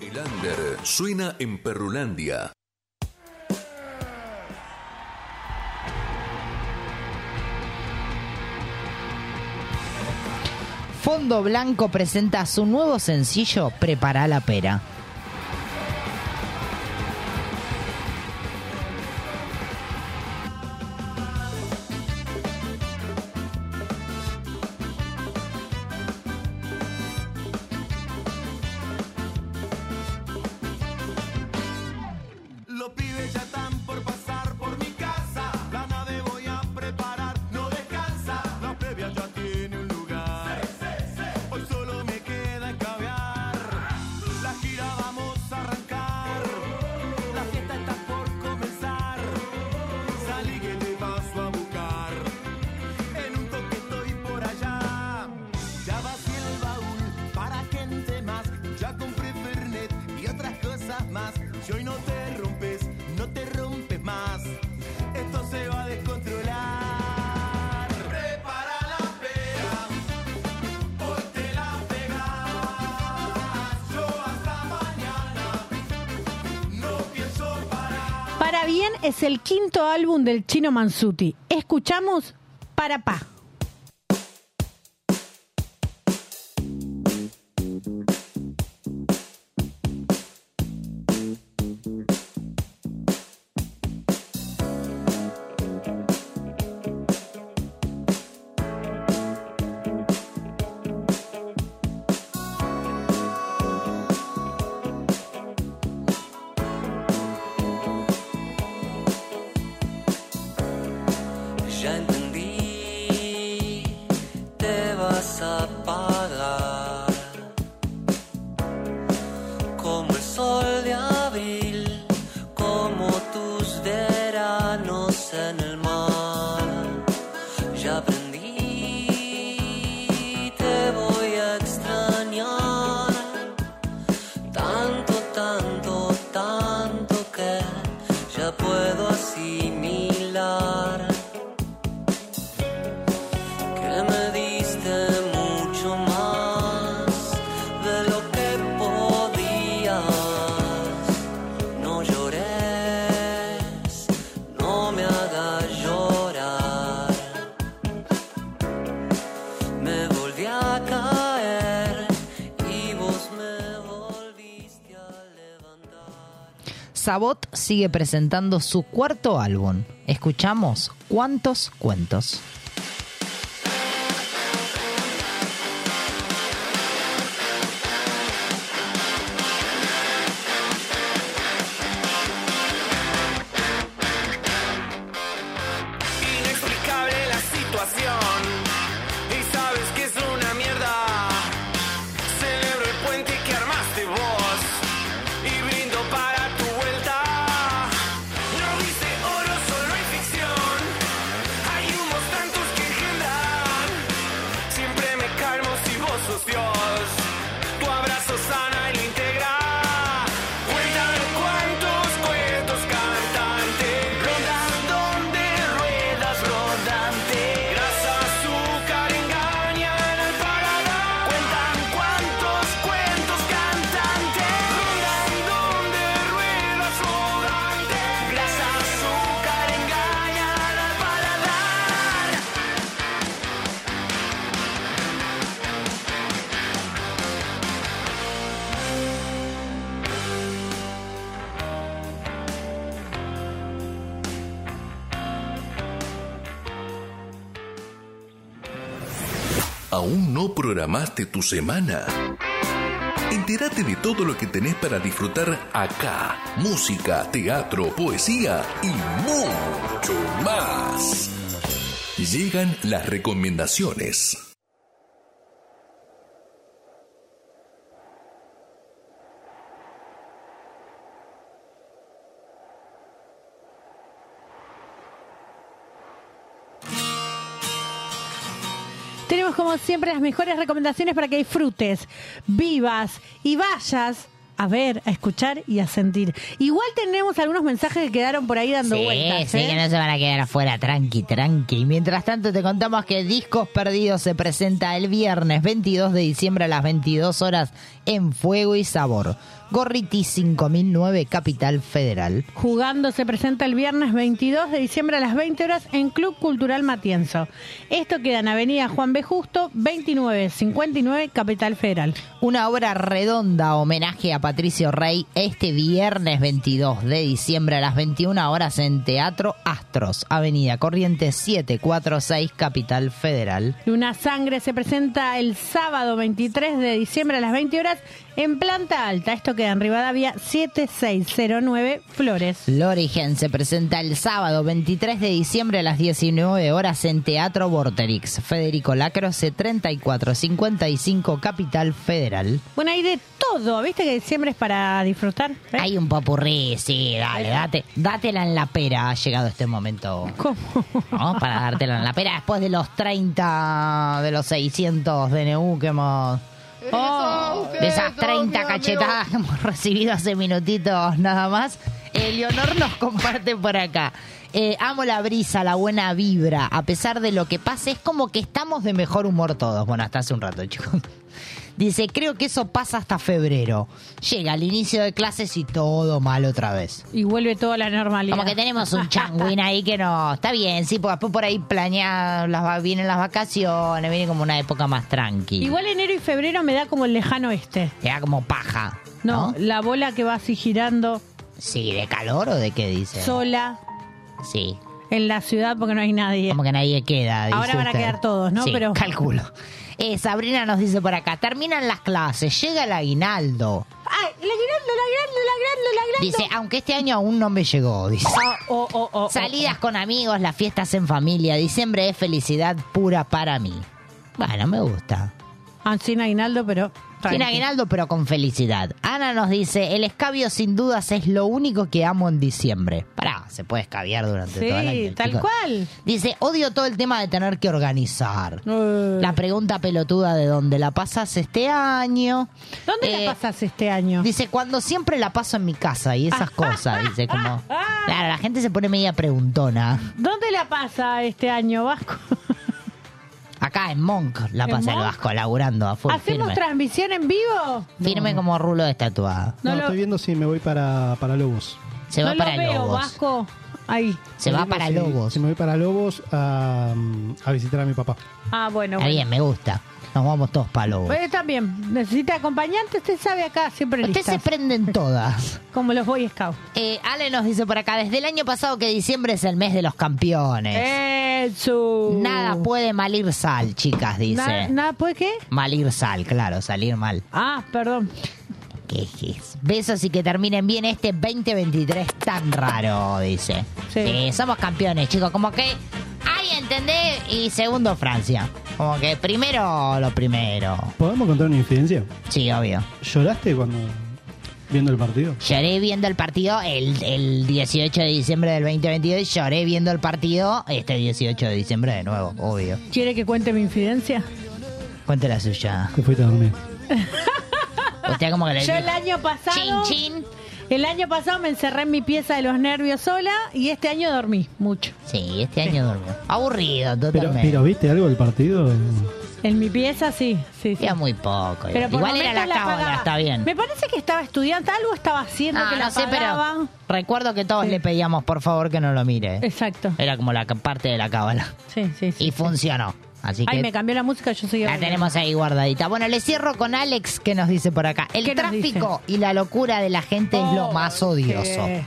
El under suena en Perrulandia.
Fondo Blanco presenta su nuevo sencillo Prepara la pera.
Los pibes ya están por pasar por mi casa. La nave voy a preparar, no descansa. La previa ya tiene un lugar. Hoy solo me queda escabear. La gira vamos a arrancar. La fiesta está por comenzar. Salí que te paso a buscar. En un toque estoy por allá. Ya vacié el baúl para gente más. Ya compré Fernet y otras cosas más. Y hoy no te rompes, no te rompes más. Esto se va a descontrolar. Prepara la pera, hoy te la pegas. Yo hasta mañana no pienso parar.
Para bien es el quinto álbum del chino Mansuti. Escuchamos Para Pa.
Ya entendí, te vas a apagar como el sol de abril, como tus veranos en el mar. Ya aprendí, te voy a extrañar tanto, tanto, tanto que ya puedo asimilar que me diste mucho más de lo que podías. No llores, no me hagas llorar. Me volví a caer y vos me
Sabot sigue presentando su cuarto álbum. Escuchamos Cuántos Cuentos.
Inexplicable la situación Y sabes que es una mierda Celebro el puente que armaste vos Y brindo para tu vuelta No dice oro, solo hay ficción Hay humos tantos
¿Aún no programaste tu semana? Entérate de todo lo que tenés para disfrutar acá. Música, teatro, poesía y mucho más. Llegan las recomendaciones.
Tenemos como siempre las mejores recomendaciones para que disfrutes, vivas y vayas a ver, a escuchar y a sentir. Igual tenemos algunos mensajes que quedaron por ahí dando
Sí,
vueltas.
sí,
¿eh?
que no se van a quedar afuera, tranqui, tranqui. Y mientras tanto te contamos que Discos Perdidos se presenta el viernes 22 de diciembre a las 22 horas en Fuego y Sabor. Gorriti 5009, Capital Federal.
Jugando se presenta el viernes 22 de diciembre a las 20 horas en Club Cultural Matienzo. Esto queda en Avenida Juan B. Justo, 2959, Capital Federal.
Una obra redonda homenaje a Patricio Rey este viernes 22 de diciembre a las 21 horas en Teatro Astros, Avenida Corrientes 746, Capital Federal.
Luna Sangre se presenta el sábado 23 de diciembre a las 20 horas en Planta Alta. Esto queda en Rivadavia 7609 Flores.
Lorigen se presenta el sábado 23 de diciembre a las 19 horas en Teatro Vorterix, Federico Lacroce 3455, Capital Federal.
Bueno, hay de todo, ¿viste que diciembre es para disfrutar? ¿Eh?
Hay un papurrí, sí, dale, date, dátela en la pera, ha llegado este momento.
¿Cómo?
¿No? Para dártela en la pera después de los 30, de los 600 DNU que hemos...
Oh,
De esas 30 cachetadas que hemos recibido hace minutitos nada más, Eleonor nos comparte por acá. Eh, amo la brisa, la buena vibra. A pesar de lo que pase, es como que estamos de mejor humor todos. Bueno, hasta hace un rato, chicos. Dice, creo que eso pasa hasta febrero. Llega el inicio de clases y todo mal otra vez.
Y vuelve toda la normalidad.
Como que tenemos un changuín ahí que no. Está bien, sí, porque después por ahí planea, las, va- vienen las vacaciones, viene como una época más tranquila.
Igual enero y febrero me da como el lejano este.
Te da como paja.
No, la bola que va así girando
Sí, ¿de calor o de qué dice?
sola
Sí.
en la ciudad porque no hay nadie.
Como que nadie queda. dice
Ahora van a
usted.
quedar todos, ¿no?
Sí,
Pero
calculo. Eh, Sabrina nos dice por acá, terminan las clases, llega el aguinaldo.
¡Ay, la grande, la grande, la grande, la grande!
Dice, aunque este año aún no me llegó, dice.
Oh, oh, oh, oh,
Salidas con amigos, las fiestas en familia, diciembre es felicidad pura para mí. Bueno, me gusta.
Ah, sin aguinaldo, pero...
Sin
tranqui.
aguinaldo, pero con felicidad. Ana nos dice, el escabio sin dudas es lo único que amo en diciembre. Pará, se puede escabiar durante
Sí,
todo el año.
tal
chicos.
cual.
Dice, odio todo el tema de tener que organizar.
Eh.
La pregunta pelotuda de dónde la pasas este año. Eh,
¿Dónde la pasas este año?
Dice, cuando siempre la paso en mi casa y esas cosas. Dice, como... Claro, la gente se pone media preguntona.
¿Dónde la pasa este año, Vasco?
Acá en Monk la
¿En
pasa el
Monk?
Vasco, laburando a full
¿Hacemos
firme.
transmisión en vivo?
Firme como rulo de estatuada.
Ah, No, estoy viendo si me voy para, para Lobos.
Se va
no
para
lo veo,
Lobos.
Vasco. Ahí.
Se va para
Si-
Lobos.
Si me voy para Lobos a, mm, a visitar a mi papá.
Ah, bueno.
Está bien, me gusta. Nos vamos todos para Lobos.
Pues también, necesita acompañante, usted sabe acá, siempre
Ustedes
listas.
se prenden todas.
Como los Boy Scouts.
Eh, Ale nos dice por acá, desde el año pasado que diciembre es el mes de los campeones.
Eso.
Nada puede mal ir sal, chicas, dice.
Na- ¿Nada puede qué?
Mal ir sal, claro, salir mal.
Ah, perdón.
¿Qué es? Besos y que terminen bien este 2023 tan raro, dice. Sí. somos campeones, chicos. Como que hay, ¿entendés? Y segundo, Francia. Como que primero lo primero.
¿Podemos contar una infidencia?
Sí, obvio.
¿Lloraste cuando viendo el partido?
Lloré viendo el partido el, el 18 de diciembre del 2022. Lloré viendo el partido este 18 de diciembre de nuevo, obvio.
¿Quiere que cuente mi infidencia?
Cuente la suya.
Que fuiste a dormir.
Usted como que le
Yo el año pasado. El año pasado me encerré en mi pieza de los nervios sola y este año dormí mucho.
Sí, este año dormió. Aburrido,
Pero,
totalmente.
pero ¿viste algo del partido?
En mi pieza sí, sí, sí.
Era muy poco.
Pero por
Igual era
momentos
la cábala,
apagaba.
está bien.
Me parece que estaba estudiando, algo estaba haciendo
Ah,
que la
no sé,
apagaba.
pero recuerdo que todos le pedíamos por favor que no lo mire.
Exacto.
Era como la ca- parte de la cábala.
Sí, sí,
Y funcionó. Así que
Ay, me cambió la música, yo seguía.
la tenemos ahí guardadita. Bueno, le cierro con Alex que nos dice por acá. El tráfico y la locura de la gente es lo más
Oh,
odioso.
qué.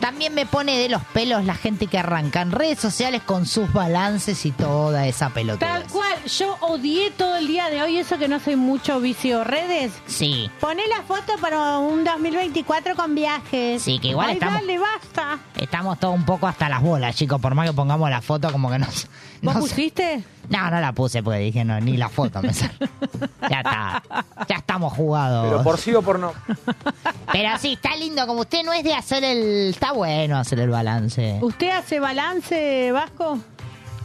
También me pone de los pelos la gente que arranca en redes sociales con sus balances y toda esa pelota.
Tal cual, yo odié todo el día de hoy eso que no soy mucho vicio redes.
Sí.
Poné la foto para un 2024 con viajes.
Sí, que igual
Ay,
estamos-
dale, basta.
Estamos todos un poco hasta las bolas, chicos. Por más que pongamos la foto, como que nos.
¿Vos
nos-
pusiste?
No, no la puse porque dije, no, ni la foto me sale. Ya está. Ya estamos jugados.
Pero por sí o por no.
Pero sí, está lindo. Como usted no es de hacer el. Está bueno hacer el balance.
¿Usted hace balance, Vasco?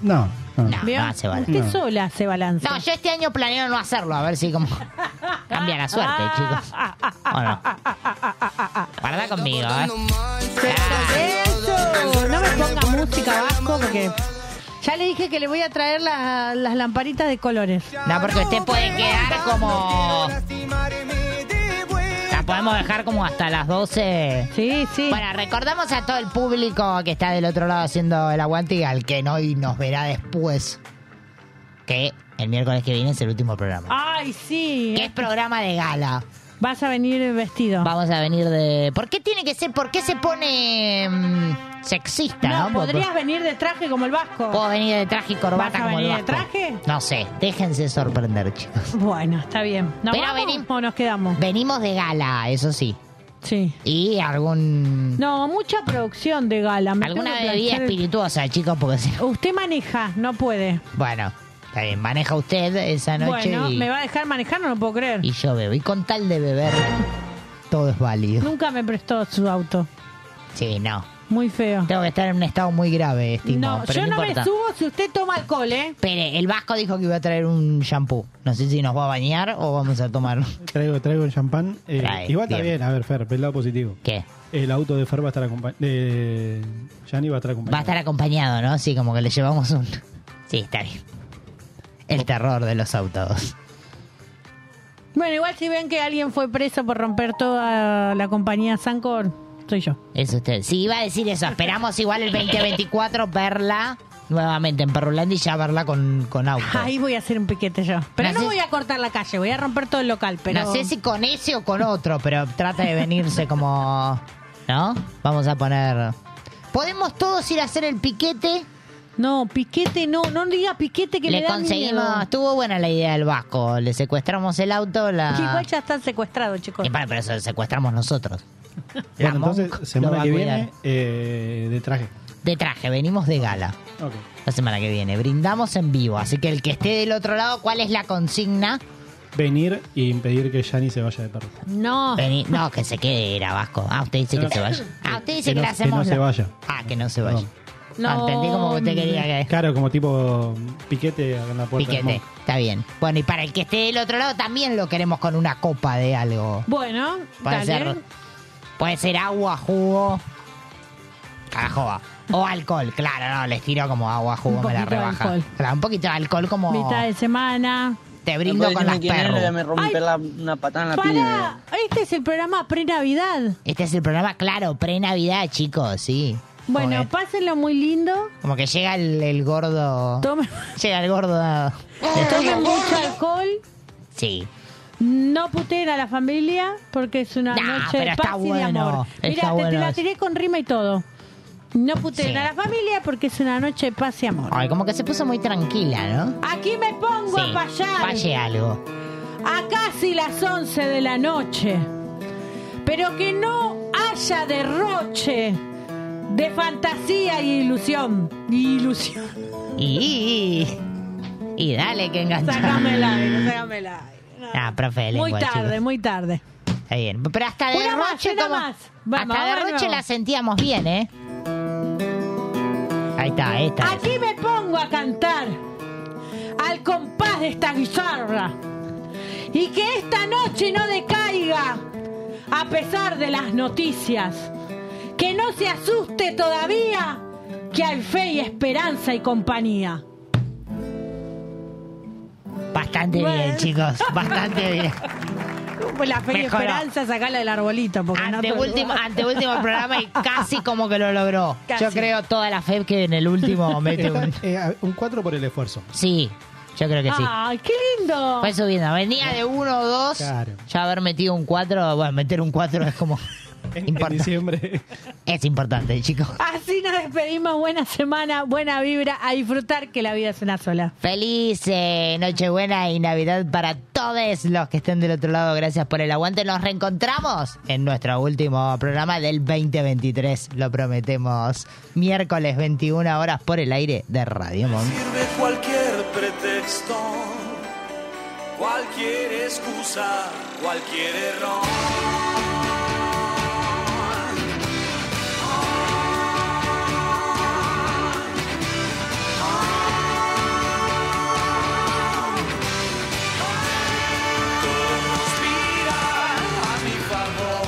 No. No,
¿Vio?
no hace balance.
Usted sola hace balance.
No, yo este año planeo no hacerlo, a ver si como cambia la suerte,
Ah.
chicos. ¿O no? Guarda conmigo, ¿eh?
Eso. Oh, No me ponga música, Vasco, porque ya le dije que le voy a traer la- las lamparitas de colores.
No, porque usted puede quedar como... La podemos dejar como hasta las 12.
Sí, sí.
Bueno, recordamos a todo el público que está del otro lado haciendo el aguante y al que no y nos verá después. Que el miércoles que viene es el último programa.
Ay, sí.
Que es programa de gala.
Vas a venir eh, vestido.
Vamos a venir de... ¿Por qué tiene que ser? ¿Por qué se pone mm, sexista? No,
No, podrías venir de traje como el Vasco.
Puedo venir de traje y corbata
¿Vas a
como el
venir de
Vasco.
traje?
No sé, déjense sorprender, chicos.
Bueno, está bien. ¿Nos
Pero
vamos
venim-
o nos quedamos?
Venimos de gala, eso sí.
Sí.
Y algún
No, mucha producción de gala. me
alguna
tengo que
bebida
hacer-
espirituosa, chicos, porque si
Usted maneja, no puede.
Bueno, está bien, maneja usted esa noche
Bueno,
y,
¿me va a dejar manejar? No lo puedo creer.
y yo bebo. Y con tal de beber, todo es válido.
Nunca me prestó su auto.
Sí, no.
Muy feo.
Tengo que estar en un estado muy grave, estimo.
No,
pero
yo no, me
importa.
subo si usted toma alcohol, ¿eh?
Espere, el vasco dijo que iba a traer un shampoo. No sé si nos va a bañar o vamos a tomar.
Traigo, traigo el champán. Eh,
Trae,
igual está
bien.
bien, a ver, Fer, pelado positivo.
¿Qué?
El auto de Fer va a estar acompañado. De Gianni va a estar
Va a
acompañado.
estar acompañado, ¿no? Sí, como que le llevamos un... Sí, está bien. El terror de los autos.
Bueno, igual si ven que alguien fue preso por romper toda la compañía Sancor, soy yo.
Es usted. Sí, iba a decir eso. Esperamos igual el 2024 verla nuevamente en Perrulandia y ya verla con, con auto.
Ahí voy a hacer un piquete yo. Pero
No
no,
sé-
voy a cortar la calle, voy a romper todo el local. Pero
No sé si con ese o con otro, pero trata de venirse como... ¿No? Vamos a poner... ¿Podemos todos ir a hacer el piquete?
No, piquete no. No diga piquete que
le
me da
conseguimos...
miedo.
Estuvo buena la idea del Vasco. Le secuestramos el auto,
Que
la...
Igual ya están secuestrados, chicos.
Y para, pero se lo secuestramos Eh, nosotros. La
Bueno, entonces,
Monk lo va
semana
a
que
cuidar.
viene, eh, de traje.
De traje, venimos de gala.
Ok.
La semana que viene, brindamos en vivo. Así que el que esté del otro lado, ¿cuál es la consigna?
Venir y impedir que Gianni se vaya de perro.
No.
Vení- no, que se quede, era Vasco. Ah, usted dice que se vaya. Ah, usted dice que,
no,
le hacemos.
no se
la-
vaya.
Ah, que no se vaya.
No.
Ah, entendí como usted quería que.
Claro, como tipo piquete en la puerta. del
Piquete,
Monk.
está bien. Bueno, y para el que esté del otro lado también lo queremos con una copa de algo.
Bueno,
Puede
dale.
ser, puede ser agua, jugo. Carajoba. O alcohol, claro, no, les tiro como agua, jugo,
Un
me la
poquito de
rebaja.
alcohol.
Claro, un poquito de alcohol como.
Mitad de semana.
Te brindo con las perros.
una patada en
Pará, este es el programa pre-Navidad.
Este es el programa, claro, pre-Navidad, chicos, sí.
Bueno,
como que,
pásenlo muy lindo.
como que llega el, el gordo. Llega el gordo.
Tomen mucho alcohol.
Sí.
No puteen a la familia porque es una
Nah,
noche
pero
de
está
paz y de
bueno,
amor.
está
Mira, te,
bueno
la
eso.
tiré con rima y todo. No puteen
Sí.
a la familia porque es una noche de paz y amor.
Ay, como que se puso muy tranquila, ¿no?
Aquí me pongo a payar.
Falle algo.
a casi las 11 de la noche. Pero que no haya derroche de fantasía y ilusión. Y ilusión.
Y. Y dale que engancha.
Sácame el aire, sácame el aire.
Ah, profe de
Muy
lengua,
tarde,
chicos.
muy tarde.
Está bien. Pero hasta
Una más,
derroche
una
como.
más. Vamos,
hasta
vamos de
derroche
nuevo.
la sentíamos bien, ¿eh? Ahí está, esta. es.
Aquí me pongo a cantar al compás de esta guitarra y que esta noche no decaiga a pesar de las noticias. Que no se asuste todavía que hay fe y esperanza y compañía.
Bastante bien, chicos. Bastante bien.
Pues La fe y
Mejoró.
esperanza sacala del arbolito porque no
Ante
te-
último, ante último programa y casi como que lo logró.
Casi.
Yo creo toda la fe que en el último mete
Está,
un.
eh, a- un 4 por el esfuerzo.
Sí, yo creo que sí.
¡Ay, qué lindo!
Fue subiendo. Venía de uno o dos.
Claro.
Ya haber metido un 4, bueno, meter un 4 es como Importa. Es importante, chicos.
Así nos despedimos. Buena semana, buena vibra. A disfrutar que la vida es una sola.
Feliz eh, Nochebuena y Navidad para todos los que estén del otro lado. Gracias por el aguante. Nos reencontramos en nuestro último programa del 2023. Lo prometemos. Miércoles 21 horas por el aire de Radio Monk.
Sirve cualquier pretexto, cualquier excusa, cualquier error. Todo conspira a mi favor.